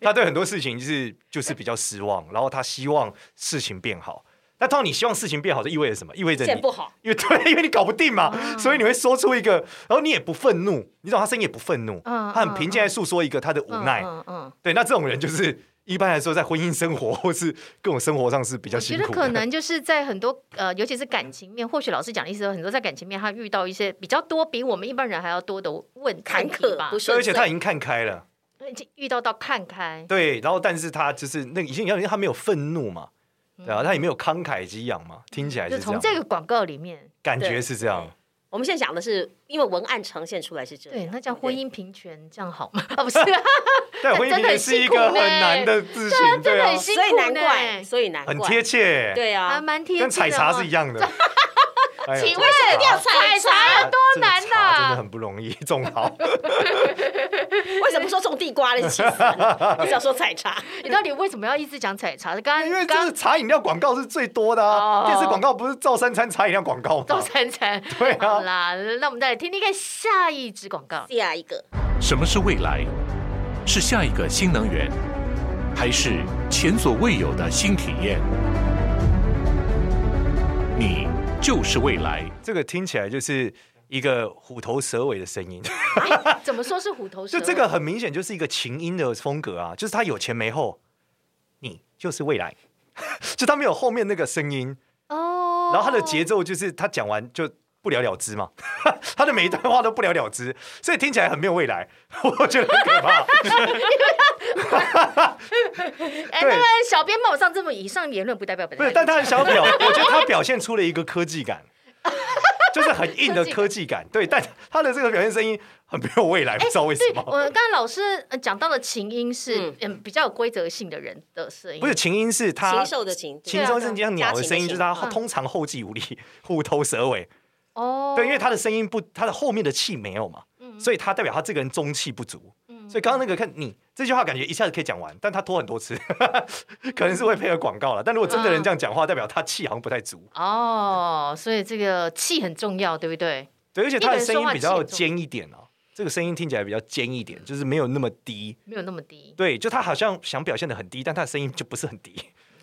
Speaker 3: 他对很多事情就是就是比较失望，然后他希望事情变好。那当你希望事情变好，就意味着什么？意味着
Speaker 4: 现
Speaker 3: 你
Speaker 4: 在不好，
Speaker 3: 因为 对，因为你搞不定嘛，
Speaker 6: 嗯
Speaker 3: 所以你会说出一个，然后你也不愤怒，你懂他声音也不愤怒，
Speaker 6: 嗯
Speaker 3: 他很平静在诉说一个他的无奈。
Speaker 6: 嗯嗯嗯，
Speaker 3: 对，那这种人就是一般来说在婚姻生活或是各种生活上是比较
Speaker 6: 我觉
Speaker 3: 辛
Speaker 6: 得
Speaker 3: 苦的。
Speaker 6: 可能就是在很多呃，尤其是感情面，或许老师讲的意思，很多在感情面他遇到一些比较多比我们一般人还要多的问
Speaker 4: 坎
Speaker 6: 问题
Speaker 4: 坷
Speaker 6: 吧
Speaker 4: 不，
Speaker 3: 对，
Speaker 4: 顺
Speaker 3: 而且
Speaker 4: 遂，
Speaker 3: 他已经看开了，
Speaker 6: 已经遇到到看开，
Speaker 3: 对，然后但是他就是那个已经因为他没有愤怒嘛，对啊，他也没有慷慨激昂嘛，听起来
Speaker 6: 嗯就是
Speaker 3: 这
Speaker 6: 从
Speaker 3: 样，
Speaker 6: 这个广告里面，
Speaker 3: 感觉
Speaker 4: 对
Speaker 3: 是这样。
Speaker 4: 我们现在讲的是，因为文案呈现出来是这
Speaker 3: 啊
Speaker 4: 样，
Speaker 6: 对，那叫
Speaker 4: 不
Speaker 6: 婚姻平权，这样好吗？ 啊，不是啊，
Speaker 3: 但婚姻
Speaker 6: 真
Speaker 3: 平
Speaker 6: 的
Speaker 3: 衡
Speaker 6: 很
Speaker 3: 是一
Speaker 6: 辛苦
Speaker 3: 个很
Speaker 6: 呢
Speaker 3: 难的事情，对
Speaker 6: 真的
Speaker 3: 啊
Speaker 6: 很，辛
Speaker 4: 所以
Speaker 6: 苦
Speaker 4: 难
Speaker 6: 呢
Speaker 4: 怪，，所以难怪，
Speaker 3: 很贴切，，
Speaker 4: 对
Speaker 6: 还
Speaker 4: 啊，
Speaker 6: 蛮贴切的哦，
Speaker 3: 跟采茶是一样 的。哎呀
Speaker 6: 请
Speaker 3: 这
Speaker 6: 问
Speaker 3: 个茶
Speaker 6: 采茶有多
Speaker 3: 啊这个
Speaker 6: 难啊
Speaker 3: 茶
Speaker 6: 呐？
Speaker 3: 真的很不容易 种好。
Speaker 4: 为什么说种地瓜呢？气死人了！你只要说采 茶，
Speaker 6: 你到底为什么要一直讲采茶？刚
Speaker 3: 因为
Speaker 6: 刚
Speaker 3: 这
Speaker 6: 刚
Speaker 3: 是茶饮料广告是最多的啊，
Speaker 6: 哦
Speaker 3: 电视广告不是照三餐茶饮料广告
Speaker 6: 赵
Speaker 3: 吗？
Speaker 6: 珊珊，
Speaker 3: 对啊
Speaker 6: 好啦，那我们再来听听看下一支广告。
Speaker 4: 下一个
Speaker 8: 什么是未来？是下一个新能源，还是前所未有的新体验？你就是未来。
Speaker 3: 这个听起来就是一个虎头蛇尾的声 音，
Speaker 6: 怎么说是虎头蛇
Speaker 3: 啊就
Speaker 6: 尾？
Speaker 3: 这个很明显就是一个琴音的风格啊，就是他有前没后，你就是未来， 就他没有后面那个声音，
Speaker 6: 哦，
Speaker 3: 然后他的节奏就是他讲完就。不了了之嘛， 他的每一段话都不了了之，所以听起来很没有未来， 我觉得很可怕。
Speaker 6: 哎，
Speaker 3: 对
Speaker 6: 那个小编帮我上这么以上言论不代表本
Speaker 3: 不是，
Speaker 6: 台立
Speaker 3: 但
Speaker 6: 场。
Speaker 3: 他很想 表，我觉得他表现出了一个科技感，就是很硬的科技感。对，但他的这个表现声音很没有未来，不知道为什
Speaker 6: 哎对，
Speaker 3: 么。
Speaker 6: 我刚才老师呃讲到的琴音是
Speaker 4: 嗯
Speaker 6: 嗯比较有规则性的人的声音，
Speaker 3: 不是琴音是他
Speaker 4: 禽，兽的禽，
Speaker 3: 琴
Speaker 6: 对啊
Speaker 3: 中是像鸟的声音，就
Speaker 4: 对
Speaker 3: 是
Speaker 4: 啊
Speaker 3: 他
Speaker 6: 嗯
Speaker 3: 通常后继无力，虎头蛇尾。
Speaker 6: 哦，
Speaker 3: 对，因为他的声音不，他的后面的气没有嘛，
Speaker 6: 嗯
Speaker 3: 所以他代表他这个人中气不足。所以刚刚那个看你这句话，感觉一下子可以讲完，但他拖很多次， 可能是会配合广告了。但如果真
Speaker 6: 嗯
Speaker 3: 的人这样讲话，代表他气好像不太足。
Speaker 6: 哦，所以这个气很重要，对不对？
Speaker 3: 对，而且他的声音比
Speaker 6: 一个
Speaker 3: 较
Speaker 6: 人说话气
Speaker 3: 尖一点啊，这个声音听起来比较尖一点，就是没有那么低。
Speaker 6: 没有那么低。
Speaker 3: 对，就他好像想表现的很低，但他的声音就不是很 低，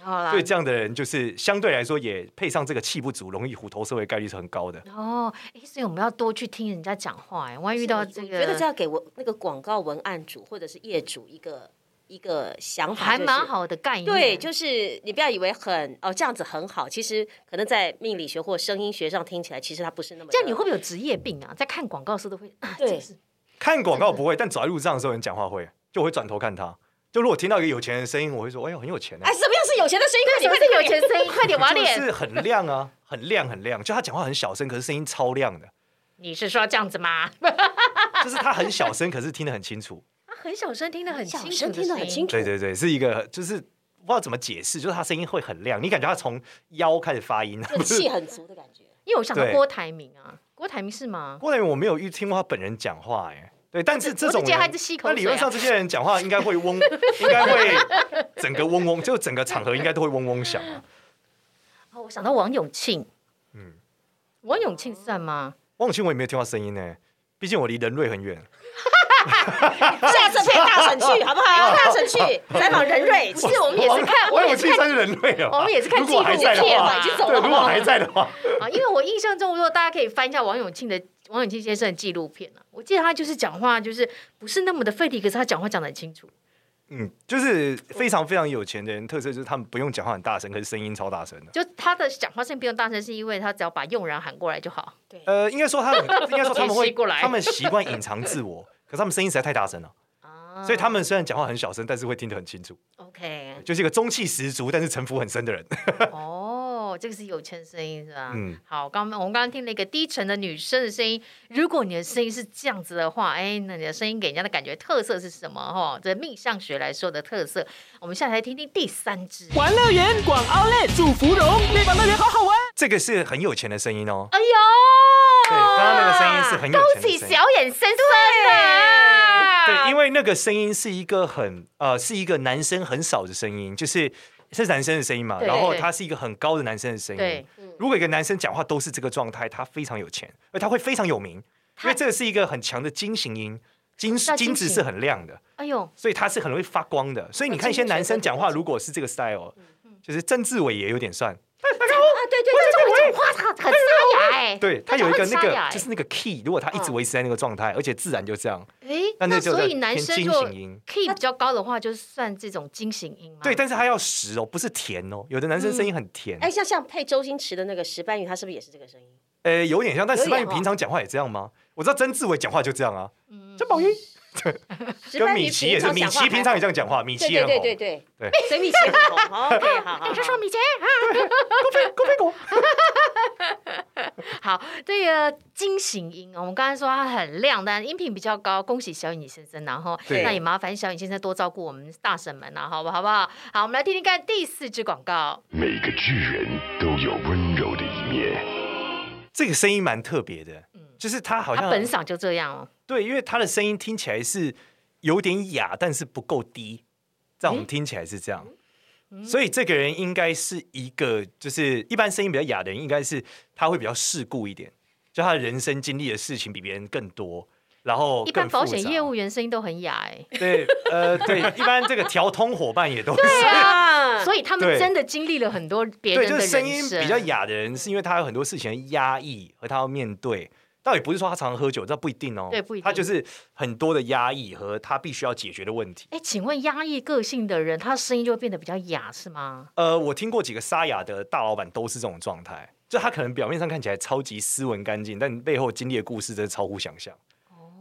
Speaker 6: 好啦
Speaker 3: 所以，这样的人就是相对来说也配上这个气不足，容易虎头蛇尾概率是很高的。
Speaker 6: 哦，哎，所以我们要多去听人家讲话，哎，万一遇到这
Speaker 4: 我觉得这
Speaker 6: 个
Speaker 4: 要给我那个广告文案主或者是业主一个一个想法，
Speaker 6: 还蛮。好的概念，
Speaker 4: 对，就是你不要以为很哦这样子很好，其实可能在命理学或声音学上听起来，其实它不是那么的。
Speaker 6: 这样你会不会有职业病啊？在看广告的时候都会， 啊、
Speaker 4: 对
Speaker 6: 这个是
Speaker 3: 看广告不会，但走在路上的时候，人讲话会，就我会转头看他。就如果听到一个有钱人的声音，我会说：“哎呦，很有钱
Speaker 4: 哎，
Speaker 3: 哎、
Speaker 4: 什么样是有钱的声音？
Speaker 6: 什
Speaker 4: 快点
Speaker 6: 么
Speaker 4: 快
Speaker 6: 是
Speaker 4: 点，快
Speaker 6: 有
Speaker 4: 点
Speaker 6: 钱声 音？快点挖
Speaker 3: 就
Speaker 6: 脸！
Speaker 3: 是很亮啊，很亮很亮。就他讲话很小声，可是声音超亮的，
Speaker 6: 你是说这样子吗？
Speaker 3: 就是他很小 声，可是听得很清楚。
Speaker 6: 他很小声，听得很清楚，
Speaker 4: 小声听得很清
Speaker 6: 楚。
Speaker 3: 对
Speaker 4: 楚。
Speaker 3: 对对，是一个就是不知道怎么解释，就是他声音会很亮，你感觉他从腰开始发音，
Speaker 4: 就
Speaker 3: 不是
Speaker 4: 气很足的感觉。
Speaker 6: 因为我想到
Speaker 3: 对
Speaker 6: 郭台铭啊，郭台铭是吗？
Speaker 3: 郭台铭我没有遇听过他本人讲话、哎，对，但是这
Speaker 6: 我
Speaker 3: 种
Speaker 6: 只记得
Speaker 3: 人，
Speaker 6: 他一直吸口
Speaker 3: 那
Speaker 6: 水啊
Speaker 3: 理论上这些人讲话应该会 嗡，应该会整个嗡嗡，就整个场合应该都会嗡嗡响、啊。
Speaker 6: 哦，我想到王永庆，嗯
Speaker 3: 嗯，
Speaker 6: 王永庆算吗？
Speaker 3: 汪永庆我也没有听到声音呢、毕竟我离人瑞很远，
Speaker 4: 下次配大 婶去好不好？大婶去采访任瑞，
Speaker 6: 不哦是，我们也是看，我
Speaker 3: 汪
Speaker 6: 也
Speaker 3: 永
Speaker 6: 是
Speaker 3: 庆
Speaker 6: 看
Speaker 3: 算是人瑞了吧，
Speaker 6: 我们也是看
Speaker 3: 如果还在的
Speaker 6: 纪录片嘛
Speaker 3: 话，
Speaker 6: 已经
Speaker 4: 走了
Speaker 3: 对，如果
Speaker 4: 好不好
Speaker 3: 还在的话，
Speaker 6: 啊，因为我印象中，如果大家可以翻一下王永庆的王永庆先生的纪录片啊，我记得他就是讲话就是不是那么的费力，可是他讲话讲得很清楚。
Speaker 3: 嗯，就是非常非常有钱的人特色就是他们不用讲话很大声，可是声音超大声的。
Speaker 6: 就他的讲话声不用大声，是因为他只要把佣人喊过来就好。
Speaker 3: 呃，应该说他们，应该说他们
Speaker 6: 吸
Speaker 3: 会
Speaker 6: 过来，
Speaker 3: 他们习惯隐藏自我，可是他们声音实在太大声了，
Speaker 6: 啊
Speaker 3: 所以他们虽然讲话很小声，但是会听得很清楚。
Speaker 6: OK，
Speaker 3: 就是一个中气十足，但是城府很深的人。
Speaker 6: 哦，这个是有钱声音是吧？
Speaker 3: 嗯
Speaker 6: 好，刚我们刚刚听了一个低沉的女生的声音，如果你的声音是这样子的话，哎，那你的声音给人家的感觉特色是什么？哈、这命相学来说的特色，我们下来听听第三支。
Speaker 9: 玩乐园广奥莱祝芙蓉，那把乐园好好玩。
Speaker 3: 这个是很有钱的声音哦，
Speaker 6: 哎呦，
Speaker 3: 对，刚刚那个声音是很有
Speaker 6: 勾
Speaker 3: 钱的
Speaker 6: 起
Speaker 3: 声音
Speaker 6: 小。眼深深啊！
Speaker 3: 对，因为那个声音是一个很呃，是一个男生很少的声音，就是是男生的声音嘛，
Speaker 6: 对
Speaker 3: 然后
Speaker 6: 对
Speaker 3: 他是一个很高的男生的声音
Speaker 6: 对。嗯
Speaker 3: 如果一个男生讲话都是这个状态，他非常有钱，而他会非常有名，因为这个是一个很强的金型音，金
Speaker 6: 什么叫
Speaker 3: 金子
Speaker 6: 金型
Speaker 3: 是很亮的，
Speaker 6: 哎呦，
Speaker 3: 所以他是很容易发光的。所以你
Speaker 4: 我
Speaker 3: 看一些
Speaker 4: 记得
Speaker 3: 男生
Speaker 4: 学生
Speaker 3: 讲话，如果是这个 style，就是哦
Speaker 4: 嗯
Speaker 3: 郑志伟也有点算，
Speaker 4: 啊，对对对，这
Speaker 6: 哎这种话他很沙哑哎，
Speaker 3: 对他有一个那
Speaker 6: 他讲话很沙
Speaker 4: 欸
Speaker 6: 哑
Speaker 3: 个
Speaker 6: 哎
Speaker 3: 就是那个 key，如果他一
Speaker 4: 嗯
Speaker 3: 直维持在那个状态，而且自然就这样，
Speaker 6: 哎，
Speaker 3: 那那就
Speaker 6: 所
Speaker 3: 叫
Speaker 6: 以男
Speaker 3: 偏
Speaker 6: 生
Speaker 3: 金
Speaker 6: 如
Speaker 3: 型音
Speaker 6: key 比较高的话，就算这种金型音嘛。
Speaker 3: 对，但是他要实哦，不是甜哦，有的男生声音很甜，
Speaker 4: 哎，像像配周星驰的那个石斑鱼，他是不是也是这个声音？
Speaker 3: 呃，有点像，但
Speaker 4: 有
Speaker 3: 石斑鱼
Speaker 4: 点哦嗯
Speaker 3: 平常讲话也这样吗？我知道曾志伟讲话就这样啊，张宝玉
Speaker 4: 石
Speaker 3: 跟
Speaker 4: 斑鱼
Speaker 3: 米奇也是，
Speaker 4: 平
Speaker 3: 米
Speaker 4: 常讲话
Speaker 3: 奇平常也这样讲话，米
Speaker 4: 对
Speaker 3: 奇也
Speaker 4: 对
Speaker 3: 很
Speaker 4: 对
Speaker 3: 红，
Speaker 4: 对对
Speaker 3: 对
Speaker 4: 哎所以米奇很红。好 OK，好好好，
Speaker 6: 你是 说米姐啊？
Speaker 3: 狗屁狗，
Speaker 6: 好，这个金型音，我们刚才说它很亮，但音频比较高。恭喜小尹先生，然后
Speaker 3: 对
Speaker 6: 那也麻烦小尹先生多照顾我们大婶们啊，好不好？好不好？好，我们来听听看第四支广告。
Speaker 9: 每个巨人都有温柔的一面。
Speaker 3: 这个声音蛮特别的，
Speaker 4: 嗯
Speaker 3: 就是他好
Speaker 6: 他
Speaker 3: 像
Speaker 6: 本嗓就这样哦，
Speaker 3: 对，因为他的声音听起来是有点哑，但是不够低，在我们听起来是这样。
Speaker 6: 嗯
Speaker 3: 所以这个人应该是一个，就是一般声音比较哑的人，应该是他会比较世故一点，就他的人生经历的事情比别人更多，然后
Speaker 6: 一
Speaker 3: 哦
Speaker 6: 般
Speaker 3: 更
Speaker 6: 保
Speaker 3: 复
Speaker 6: 险
Speaker 3: 杂
Speaker 6: 业务员声音都很哑哎、
Speaker 3: 对，呃，对，一般这个调通伙伴也都是。
Speaker 4: 啊，
Speaker 6: 所以他们
Speaker 3: 对
Speaker 6: 真的经历了很多别
Speaker 3: 对，
Speaker 6: 人
Speaker 3: 就
Speaker 6: 的
Speaker 3: 是声
Speaker 6: 人
Speaker 3: 音比较
Speaker 6: 生
Speaker 3: 哑的人，是因为他有很多事情的压抑和他要面对。倒也不是说他常喝酒，这不一定哦。
Speaker 6: 对不一定
Speaker 3: 他就是很多的压抑和他必须要解决的问题。
Speaker 6: 哎，请问压抑个性的人，他的声音就会变得比较哑，是吗？
Speaker 3: 呃，我听过几个沙哑的大老板都是这种状态，就他可能表面上看起来超级斯文干净，但背后经历的故事真的超乎想象。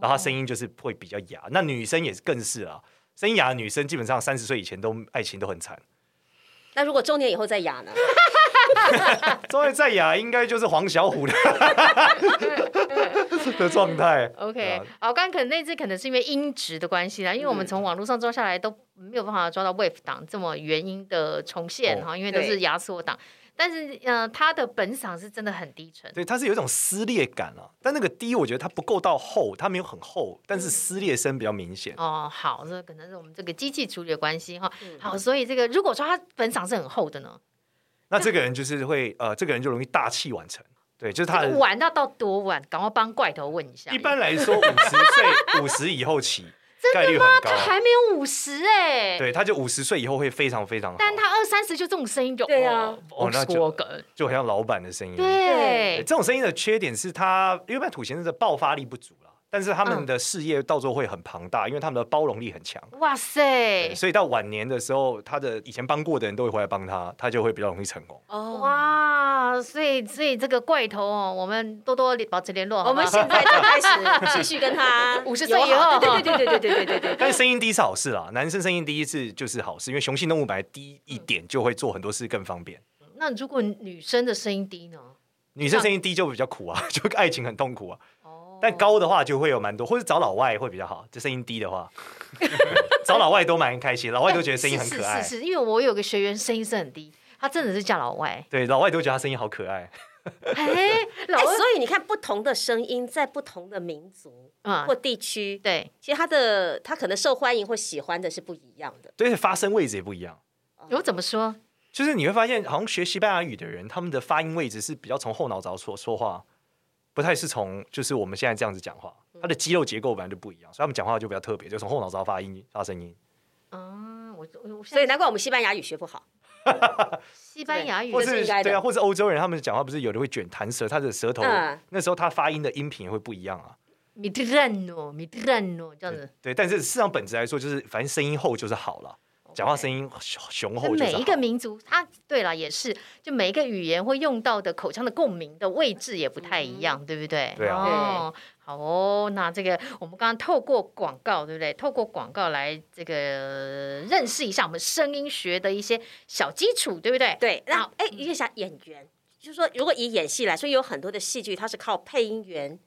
Speaker 3: 然后他声音就是会比较哑，那女生也更是啊，声音哑的女生基本上三十岁以前都爱情都很惨，
Speaker 4: 那如果中年以后再哑呢？
Speaker 3: 终于再哑应该就是黄小琥的的状态。对
Speaker 6: OK，
Speaker 3: 啊嗯
Speaker 6: 好，刚刚可能那次可能是因为音质的关系啦，因为我们从网络上抓下来都没有办法抓到 wave 档这么原音的重现
Speaker 3: 哦
Speaker 6: 哈，因为都是
Speaker 4: 对
Speaker 6: 压缩档。但是，呃，他的本嗓是真的很低沉，
Speaker 3: 对，它是有一种撕裂感啊，但那个低我觉得它不够到厚，它没有很厚，但是撕裂声比较明显。
Speaker 6: 哦，好，这可能是我们这个机器处理的关系哈。
Speaker 3: 嗯
Speaker 6: 好，所以这个如果说他本嗓是很厚的呢，
Speaker 3: 那这个人就是会呃，这个人就容易大器晚成，对，就是他
Speaker 6: 这个
Speaker 3: 的。
Speaker 6: 晚要到多晚？赶快帮怪头问一下。
Speaker 3: 一般来说，五十 岁、五十以后起，概率很高
Speaker 6: 他。还没有五十哎，
Speaker 3: 对，他就五十岁以后会非常非常好，
Speaker 6: 但他二三十就这种声音就
Speaker 4: 对啊，
Speaker 3: 哦那就
Speaker 6: 说梗，
Speaker 3: 就很像老板的声音。对
Speaker 6: 对，
Speaker 3: 这种声音的缺点是他，因为本土先生的爆发力不足啦，但是他们的事业到时候会很庞大，因为他们的包容力很强。
Speaker 6: 哇塞
Speaker 3: 对，所以到晚年的时候，他的以前帮过的人都会回来帮他，他就会比较容易成 功。
Speaker 4: 哦，
Speaker 6: 哇，所以所以这个怪头哦，我们多多保持联络，
Speaker 4: 我
Speaker 6: 好吗
Speaker 4: 们现在就开始继续跟他
Speaker 6: 50
Speaker 4: 友
Speaker 6: 岁以后
Speaker 4: 好对对对对对对对对对。
Speaker 3: 但是声音低是好事啦，男生声音低是就是好事，因为雄性动物本来低一点就会做很多事更方便，
Speaker 6: 那如果女生的声音低呢？
Speaker 3: 女生声音低就比较苦啊， 就爱情很痛苦啊。
Speaker 6: 哦，
Speaker 3: 但高的话就会有蛮多，或者找老外会比较好。这声音低的话， 找老外都蛮开心，老外都觉得声音很可爱
Speaker 6: 是，是是，因为我有个学员声音是很低，他真的是嫁老 外，
Speaker 3: 对，老外都觉得他声音好可爱。
Speaker 6: 哎，老
Speaker 4: 哎，
Speaker 6: 外
Speaker 4: 所以你看，不同的声音在不同的民族
Speaker 6: 啊
Speaker 4: 或，地区，
Speaker 6: 对，
Speaker 4: 其实他的他可能受欢迎或喜欢的是不一样的。
Speaker 3: 对，发声位置也不一样。
Speaker 6: 我怎么说？
Speaker 3: 就是你会发现，好像学西班牙语的人，他们的发音位置是比较从后脑勺说说话，不太是从就是我们现在这样子讲话。
Speaker 6: 嗯
Speaker 3: 他的肌肉结构本来就不一样，所以他们讲话就比较特别，就从后脑勺发音发声音。
Speaker 6: 嗯，我我我
Speaker 4: 所以难怪我们西班牙语学不好，
Speaker 6: 西班牙语
Speaker 3: 或
Speaker 4: 对这
Speaker 3: 是
Speaker 4: 是应该的
Speaker 3: 对啊，或是欧洲人他们讲话不是有的会卷弹舌，他的舌头、
Speaker 4: 嗯
Speaker 3: 那时候他发音的音频也会不一样啊。
Speaker 6: 米特兰诺，米特兰诺这样子。
Speaker 3: 对，但是市场本质来说，就是反正声音厚就是好了，讲话声音雄厚就是
Speaker 6: 每
Speaker 3: 好
Speaker 6: 一个民族，它对了也是，就每一个语言会用到的口腔的共鸣的位置也不太一样，
Speaker 4: 嗯
Speaker 6: 对不对？
Speaker 3: 对啊
Speaker 6: 哦，好哦，那这个我们刚刚透过广告，对不对？透过广告来这个认识一下我们声音学的一些小基础，对不对？
Speaker 4: 对，那
Speaker 6: 好嗯
Speaker 4: 哎，一下演员，就是说，如果以演戏来说，有很多的戏剧它是靠配音员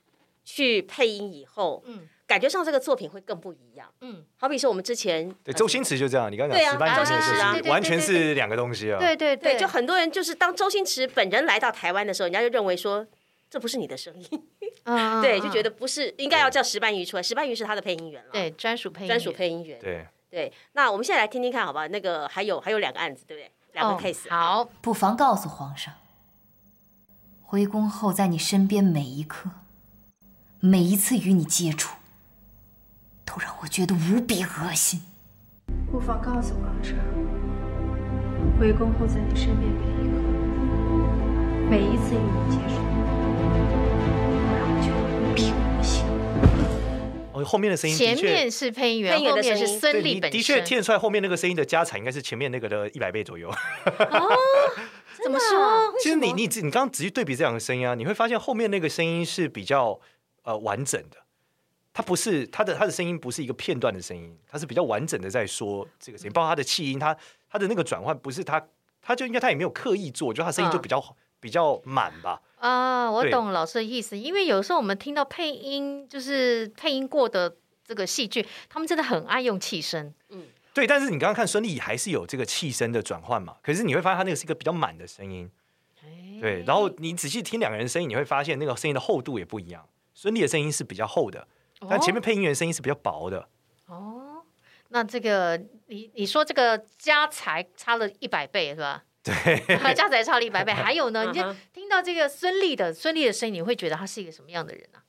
Speaker 4: 去配音以后，
Speaker 6: 嗯
Speaker 4: 感觉上这个作品会更不一样。
Speaker 6: 嗯，
Speaker 4: 好比说我们之前
Speaker 3: 对，周星驰就这样，你刚刚
Speaker 4: 对
Speaker 3: 讲石
Speaker 4: 啊
Speaker 3: 斑鱼
Speaker 4: 周星驰啊
Speaker 3: 就是完全
Speaker 6: 对对对
Speaker 3: 是两个东西啊。
Speaker 6: 对对
Speaker 4: 呃对，就很多人就是当周星驰本人来到台湾的时候，人家就认为说这不是你的声音，
Speaker 6: 嗯
Speaker 4: 对，就觉
Speaker 6: 得
Speaker 4: 得不是应该要叫石斑鱼出来，石斑鱼是他的配音员了，
Speaker 6: 对专属配音员
Speaker 4: 专属配音员。
Speaker 3: 对，
Speaker 4: 对，那我们现在来听听看，好吧？那个还有还有两个案子，对不对？两
Speaker 6: 哦
Speaker 4: 个 case。
Speaker 6: 好，
Speaker 10: 不妨告诉皇上，回宫后在你身边每一刻，每一次与你接触，都让我觉得无比恶心。
Speaker 11: 不妨告诉皇上，回宫后在你身边每一刻，每一次与你接触，都让我觉得无比恶心。
Speaker 3: 哦，后面的声音的
Speaker 6: 前
Speaker 3: 确
Speaker 6: 面，是配音员，
Speaker 4: 配音员
Speaker 6: 后
Speaker 4: 的
Speaker 6: 面是
Speaker 4: 声音
Speaker 6: 孙
Speaker 3: 对
Speaker 6: 俪
Speaker 3: 你
Speaker 6: 本身。
Speaker 3: 的确听得出来后面那个声音的加产应该是前面那个的一百倍左右。
Speaker 6: 怎么说？
Speaker 3: 其实你你你刚刚仔细对比这两个声音啊，你会发现后面那个声音是比较呃完整的，它不是它的它的声音不是一个片段的声音，它是比较完整的在说这个声音，包括它的气音，它它的那个转换不是它，它就应该它也没有刻意做，就它声音就比较、比较满吧。
Speaker 6: 啊，我
Speaker 3: 对
Speaker 6: 懂老师的意思，因为有时候我们听到配音，就是配音过的这个戏剧，他们真的很爱用气声。
Speaker 3: 对，但是你刚刚看孙俪还是有这个气声的转换嘛，可是你会发现它那个是一个比较满的声音，对，然后你仔细听两个人声音，你会发现那个声音的厚度也不一样，孙俪的声音是比较厚的，但前面配音员声音是比较薄的。
Speaker 6: 哦，那这个你你说这个加财差了一百倍是吧？ 对，加财差了一百倍。还有呢，你就
Speaker 4: 嗯哼
Speaker 6: 听到这个孙俪的孙俪的声音，你会觉得她是一个什么样的人啊？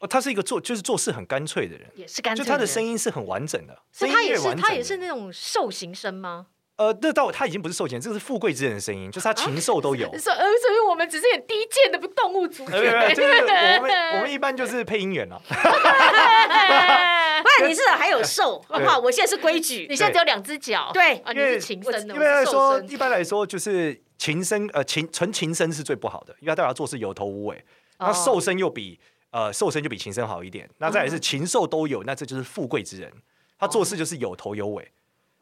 Speaker 3: 哦，他是一个做就是做事很干脆的人，
Speaker 6: 也是干脆
Speaker 3: 就他的声
Speaker 6: 音，
Speaker 3: 音是很完整的，
Speaker 6: 是
Speaker 3: 声
Speaker 6: 她
Speaker 3: 音
Speaker 6: 也
Speaker 3: 越
Speaker 6: 是
Speaker 3: 完整
Speaker 6: 她
Speaker 3: 的
Speaker 6: 也是那种兽形声吗？
Speaker 3: 呃，那到他已经不是受钱，这个是富贵之人的声音，就是他禽兽都有。
Speaker 6: 所呃，所以我们只是很低贱的动物族群。
Speaker 3: 呃没有没有就是我们我们一般就是配音员啊了，
Speaker 4: 不然你是还有瘦，好不好？我现在是规矩
Speaker 6: 你，现在只有两只脚，
Speaker 4: 对
Speaker 6: 啊，你
Speaker 3: 因为
Speaker 6: 是琴
Speaker 3: 我
Speaker 6: 声的，
Speaker 3: 一般来说
Speaker 6: 我是兽声
Speaker 3: 一般来说就是琴声呃琴纯琴声是最不好的，因为他代表做事有头无尾。那
Speaker 6: 哦
Speaker 3: 瘦身又比呃瘦身就比琴声好一点，那再来
Speaker 6: 嗯
Speaker 3: 是禽兽都有，那这就是富贵之人，他做
Speaker 6: 哦
Speaker 3: 事就是有头有尾，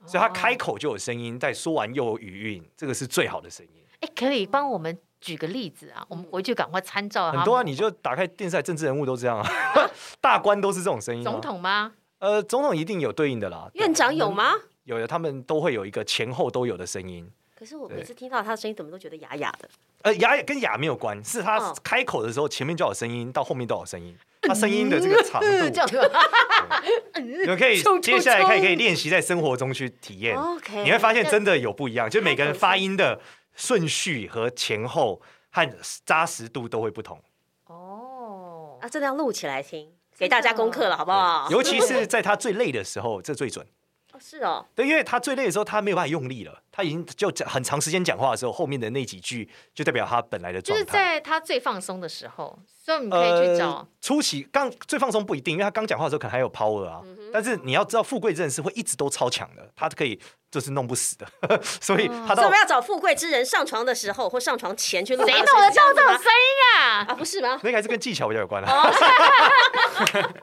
Speaker 3: 所以他开口就有声音，再说完又有余韵，这个是最好的声音。
Speaker 6: 哎，可以帮我们举个例子啊？我
Speaker 4: 嗯
Speaker 6: 们回去赶快参照他
Speaker 3: 很多啊，你就打开电视台，政治人物都这样啊， 大官都是这种声音、啊。
Speaker 6: 总，统吗？
Speaker 3: 呃，总统一定有对应的啦。
Speaker 4: 院长有吗？
Speaker 3: 有的，他们都会有一个前后都有的声音。
Speaker 4: 可是我
Speaker 3: 对
Speaker 4: 每次听到他的声音，怎么都觉得哑哑的。
Speaker 3: 呃，雅跟雅没有关，是他
Speaker 4: 哦
Speaker 3: 开口的时候，前面就有声音，到后面都有声音。他声音的这个长度，
Speaker 6: 这样子吧
Speaker 3: 你们可以接下来可以可以练习在生活中去体验，
Speaker 4: OK，
Speaker 3: 你会发现真的有不一样，就每个人发音的顺序和前后和扎实度都会不同。
Speaker 6: 哦，
Speaker 4: 啊，真的要录起来听，给大家功课了，好不好？
Speaker 3: 尤其是在他最累的时候，这最准。
Speaker 4: 哦是哦，
Speaker 3: 对，因为他最累的时候，他没有办法用力了，他已经就讲很长时间讲话的时候，后面的那几句就代表他本来的
Speaker 6: 就
Speaker 3: 状
Speaker 6: 是
Speaker 3: 态。
Speaker 6: 在他最放松的时候，所以你可以去找
Speaker 3: 呃、初期刚最放松不一定，因为他刚讲话的时候可能还有 power 啊。
Speaker 6: 嗯
Speaker 3: 但是你要知道，富贵人是会一直都超强的，他可以就是弄不死的， 所
Speaker 6: 哦
Speaker 3: 以他
Speaker 4: 所以
Speaker 3: 到
Speaker 4: 我们要找富贵之人上床的时候或上床前去录
Speaker 6: 谁
Speaker 4: 他的声音。
Speaker 6: 弄得到这种
Speaker 4: 样
Speaker 6: 声
Speaker 4: 子吗
Speaker 6: 音 啊？
Speaker 4: 啊？不是吗？
Speaker 3: 那个还是跟技巧比较有关
Speaker 6: 哦
Speaker 3: 啊。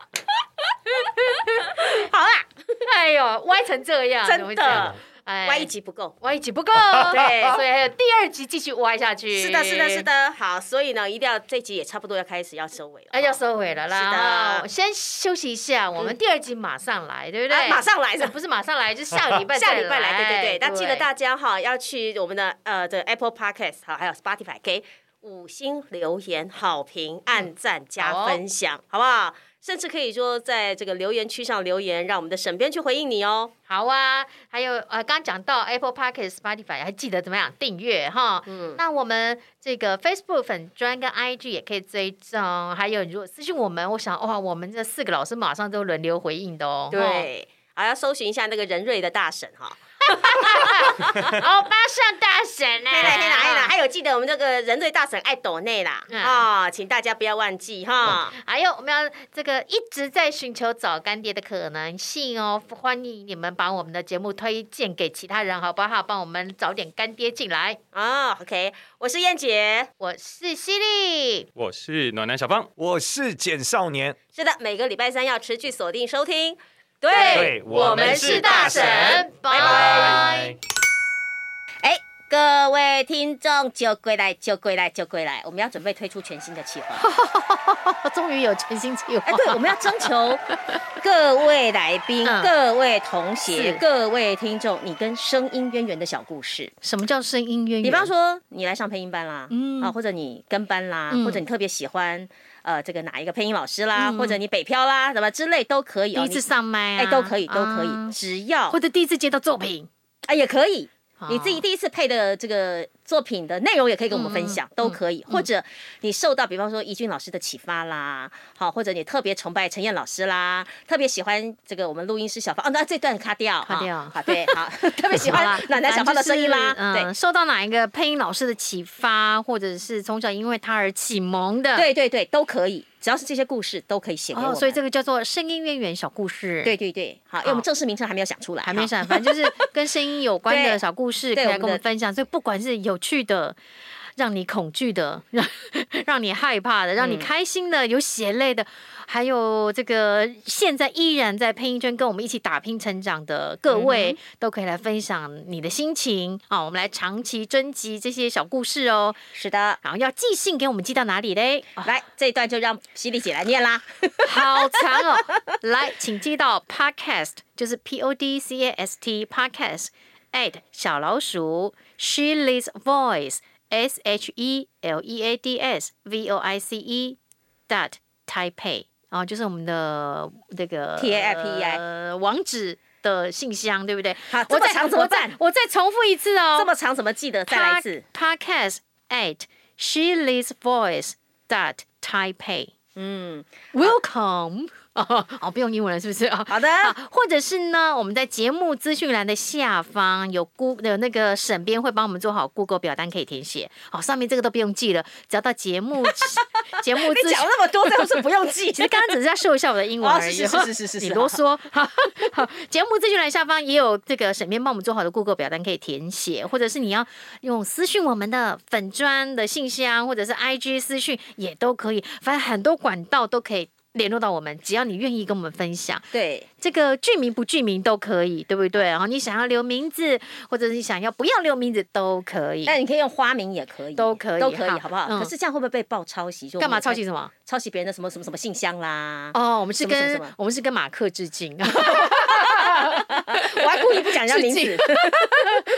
Speaker 6: 哎呦，歪成这样，怎么会
Speaker 4: 真
Speaker 6: 这样
Speaker 4: 的，
Speaker 6: 哎
Speaker 4: 歪一集不够。
Speaker 6: 歪一集不够，
Speaker 4: 对
Speaker 6: 所以还有第二集继续歪下去。
Speaker 4: 是的，是的，是。的。好，所以呢，一定要这集也差不多要开始要收尾了。
Speaker 6: 哎，要收尾了
Speaker 4: 是的嗯
Speaker 6: 啦！哦先休息一下，我们第二集马上来，对不对？
Speaker 4: 啊马上来是吧
Speaker 6: 不是马上来，就是下个礼拜再
Speaker 4: 下礼拜来，对对对。那记得
Speaker 6: 对
Speaker 4: 大家哈要去我们的呃的 Apple Podcast 好，还有 Spotify 给五星留言、好评、按赞
Speaker 6: 好
Speaker 4: 加
Speaker 6: 哦
Speaker 4: 分享，好不好？甚至可以说在这个留言区上留言，让我们的沈编去回应你哦。
Speaker 6: 好啊，还有呃，刚刚讲到 Apple Podcast、Spotify，还记得怎么样订阅哈？嗯，那我们这个 Facebook 粉专跟 IG 也可以追踪，还有如果私信我们，我想哇，我们这四个老师马上都轮流回应的哦。
Speaker 4: 对，还要搜寻一下那个仁瑞的大神哈。
Speaker 6: 哈，哦，巴上大神呢、啊？
Speaker 4: 黑啦黑啦黑啦，还有记得我们这个仁瑞大神爱抖内啦
Speaker 6: 嗯
Speaker 4: 啊，请大家不要忘记哈。
Speaker 6: 还有，我们要这个一直在寻求找干爹的可能性哦，欢迎你们把我们的节目推荐给其他人，好不好？帮我们找点干爹进来。
Speaker 4: 啊，OK，我是燕姐。
Speaker 6: 我是犀利，
Speaker 12: 我是暖男小芳，
Speaker 3: 我是简少年，
Speaker 4: 是的，每个礼拜三要持续锁定收听。对，
Speaker 3: 对我们是大神
Speaker 6: 拜拜。
Speaker 4: 各位听众就归来，就归来，就归来，我们要准备推出全新的企划。
Speaker 6: 我哦终于有全新计划
Speaker 4: 哎，对，我们要征求各位来 宾、
Speaker 6: 嗯
Speaker 4: 各位同学
Speaker 6: 是、
Speaker 4: 各位听众，你跟声音渊源的小故事。
Speaker 6: 什么叫声音渊源？
Speaker 4: 比方，说，你来上配音班啦，
Speaker 6: 嗯
Speaker 4: 啊，或者你跟班啦，
Speaker 6: 嗯
Speaker 4: 或者你特别喜欢呃这个哪一个配音老师啦，或者你北漂啦，什么之类都可以
Speaker 6: 第
Speaker 4: 哦。
Speaker 6: 一次
Speaker 4: 你
Speaker 6: 上麦、啊，啊
Speaker 4: 哎都可以，都哦可以，只要
Speaker 6: 或者第一次接到作品，
Speaker 4: 啊，也可以。
Speaker 6: 哦
Speaker 4: 你自己第一次配的这个作品的内容也可以跟我们分
Speaker 6: 嗯
Speaker 4: 享，都可以。或者你受到比方说怡君老师的启发啦，好，或者你特别崇拜陈燕老师啦，特别喜欢这个我们录音师小芳，哦，那这段卡掉，
Speaker 6: 卡掉
Speaker 4: 好，好对， 好，特别喜
Speaker 6: 好啦
Speaker 4: 欢奶奶小芳的声音啦，
Speaker 6: 反正就是
Speaker 4: 对
Speaker 6: 嗯，。受到哪一个配音老师的启发，或者是从小因为他而启蒙的，
Speaker 4: 对对对，都可以，只要是这些故事都可以写给我
Speaker 6: 嗯哦，
Speaker 4: 们。
Speaker 6: 所以这个叫做声音渊源小故事，
Speaker 4: 对，对对，好，因为我们正式名称还没有想出来，
Speaker 6: 还没
Speaker 4: 哈
Speaker 6: 闪，反正就是跟声音有关的
Speaker 4: 对
Speaker 6: 小故事，可
Speaker 4: 对
Speaker 6: 以来
Speaker 4: 我们
Speaker 6: 跟我们
Speaker 4: 的
Speaker 6: 分享。所以不管是有趣的。让你恐惧的，让让你害怕的，让你
Speaker 4: 嗯
Speaker 6: 开心的，有血泪的，还有这个现在依然在配音圈跟我们一起打拼成长的
Speaker 4: 嗯
Speaker 6: 各位，都可以来分享你的心情啊、我们来长期征集这些小故事哦。
Speaker 4: 是的，
Speaker 6: 然后要寄信给我们，寄到哪里嘞？啊
Speaker 4: 来这一段就让犀利姐来念啦。
Speaker 6: 好长哦！来，请寄到 podcast，就是 p o d c a s t podcast at 小老鼠 Shelley's Voice s h e l e a d s v o i c e dot Taipei 啊、就是我们的这个
Speaker 4: TAIPEI
Speaker 6: 呃网址的信箱，对不对？
Speaker 4: E 好，
Speaker 6: 我
Speaker 4: 这么
Speaker 6: 再
Speaker 4: 长怎么
Speaker 6: 我再
Speaker 4: 办？
Speaker 6: 我再重复一次哦，
Speaker 4: 这么长怎么记得？再来一次。
Speaker 6: Pa- podcast at Shelley's Voice dot Taipei。
Speaker 4: 嗯，
Speaker 6: Welcome 哦， 哦，不用英文了，是不是啊？
Speaker 4: 好的，
Speaker 6: 啊 或者是呢，我们在节目资讯栏的下方有 Go 的那个审编会帮我们做好 Google 表单可以填写。好、上面这个都不用记了，只要到节目 节目
Speaker 4: 你
Speaker 6: 资讯
Speaker 4: 讲。那么多，最后是不用 记。
Speaker 6: 其实刚刚只是在秀一下我的英文
Speaker 4: 哦
Speaker 6: 而已，
Speaker 4: 是是是是是是
Speaker 6: 你啰嗦。好 好节目资讯栏下方也有这个沈编帮我们做好的 Google 表单可以填写，或者是你要用私讯我们的粉砖的信箱，或者是 IG 私讯也都可以，反正很多管道都可以联络到我们，只要你愿意跟我们分享。
Speaker 4: 对，
Speaker 6: 这个剧名不剧名都可以，对不对？然后你想要留名字，或者是你想要不要留名字都可以，
Speaker 4: 但你可以用花名也可以，
Speaker 6: 都可以
Speaker 4: 都可以，
Speaker 6: 哈
Speaker 4: 好不好？
Speaker 6: 嗯
Speaker 4: 可是这样会不会被爆抄袭？就我们
Speaker 6: 干嘛
Speaker 4: 有
Speaker 6: 抄袭？什么？
Speaker 4: 抄袭别人的什么什么什么信箱啦？
Speaker 6: 哦，我们是
Speaker 4: 什么什么
Speaker 6: 跟
Speaker 4: 什么
Speaker 6: 我们是跟马克致 敬。
Speaker 4: 我还故意不讲人家名
Speaker 6: 致敬
Speaker 4: 字，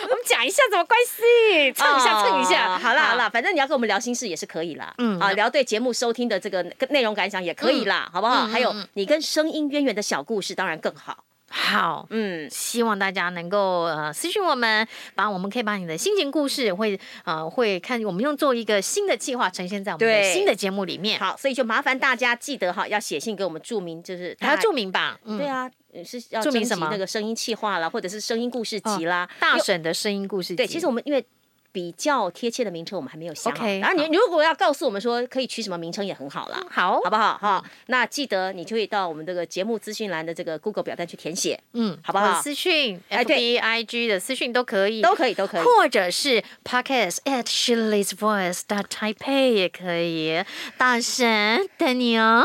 Speaker 6: 我们讲一下怎么关系，蹭一下
Speaker 4: 哦
Speaker 6: 蹭一下，
Speaker 4: 好啦好啦，，反正你要跟我们聊心事也是可以啦，
Speaker 6: 嗯
Speaker 4: 啊，聊对节目收听的这个内容感想也可以啦，好不好？
Speaker 6: 嗯嗯
Speaker 4: 还有
Speaker 6: 嗯
Speaker 4: 你跟声音渊源的小故事，当然更好。
Speaker 6: 好。
Speaker 4: 嗯，
Speaker 6: 希望大家能够呃私信我们，把我们可以把你的心情故事会呃会看，我们用做一个新的计划呈现在我们的
Speaker 4: 对
Speaker 6: 新的节目里面，
Speaker 4: 好，所以就麻烦大家记得哈，要写信给我们注明，就是
Speaker 6: 还要
Speaker 4: 大
Speaker 6: 注明吧，嗯
Speaker 4: 对，啊，呃是要
Speaker 6: 注
Speaker 4: 征
Speaker 6: 明
Speaker 4: 集
Speaker 6: 什么哦
Speaker 4: 那个声音气化啦，或者是声音故事集啦。
Speaker 6: 大
Speaker 4: 因为
Speaker 6: 婶的声音故事集，
Speaker 4: 对，其实我们因为比较贴切的名称我们还没有想好。
Speaker 6: OK，
Speaker 4: 然后
Speaker 6: 好嗯
Speaker 4: 你如果要告诉我们说可以取什么名称也很好啦，
Speaker 6: 好
Speaker 4: 好，不好？哈，那记得你就可以到我们这个节目资讯栏的这个 Google 表单去填写，
Speaker 6: 嗯，
Speaker 4: 好不好
Speaker 6: 或者私讯
Speaker 4: 哎对
Speaker 6: FB、IG 的私讯都可以，
Speaker 4: 都可以，都可以。
Speaker 6: 或者是 podcast at Shirley's Voice dot Taipei 也可以。大神等你哦。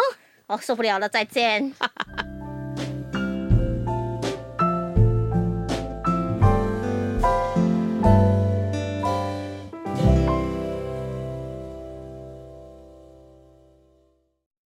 Speaker 4: 哦，受不了了，再见。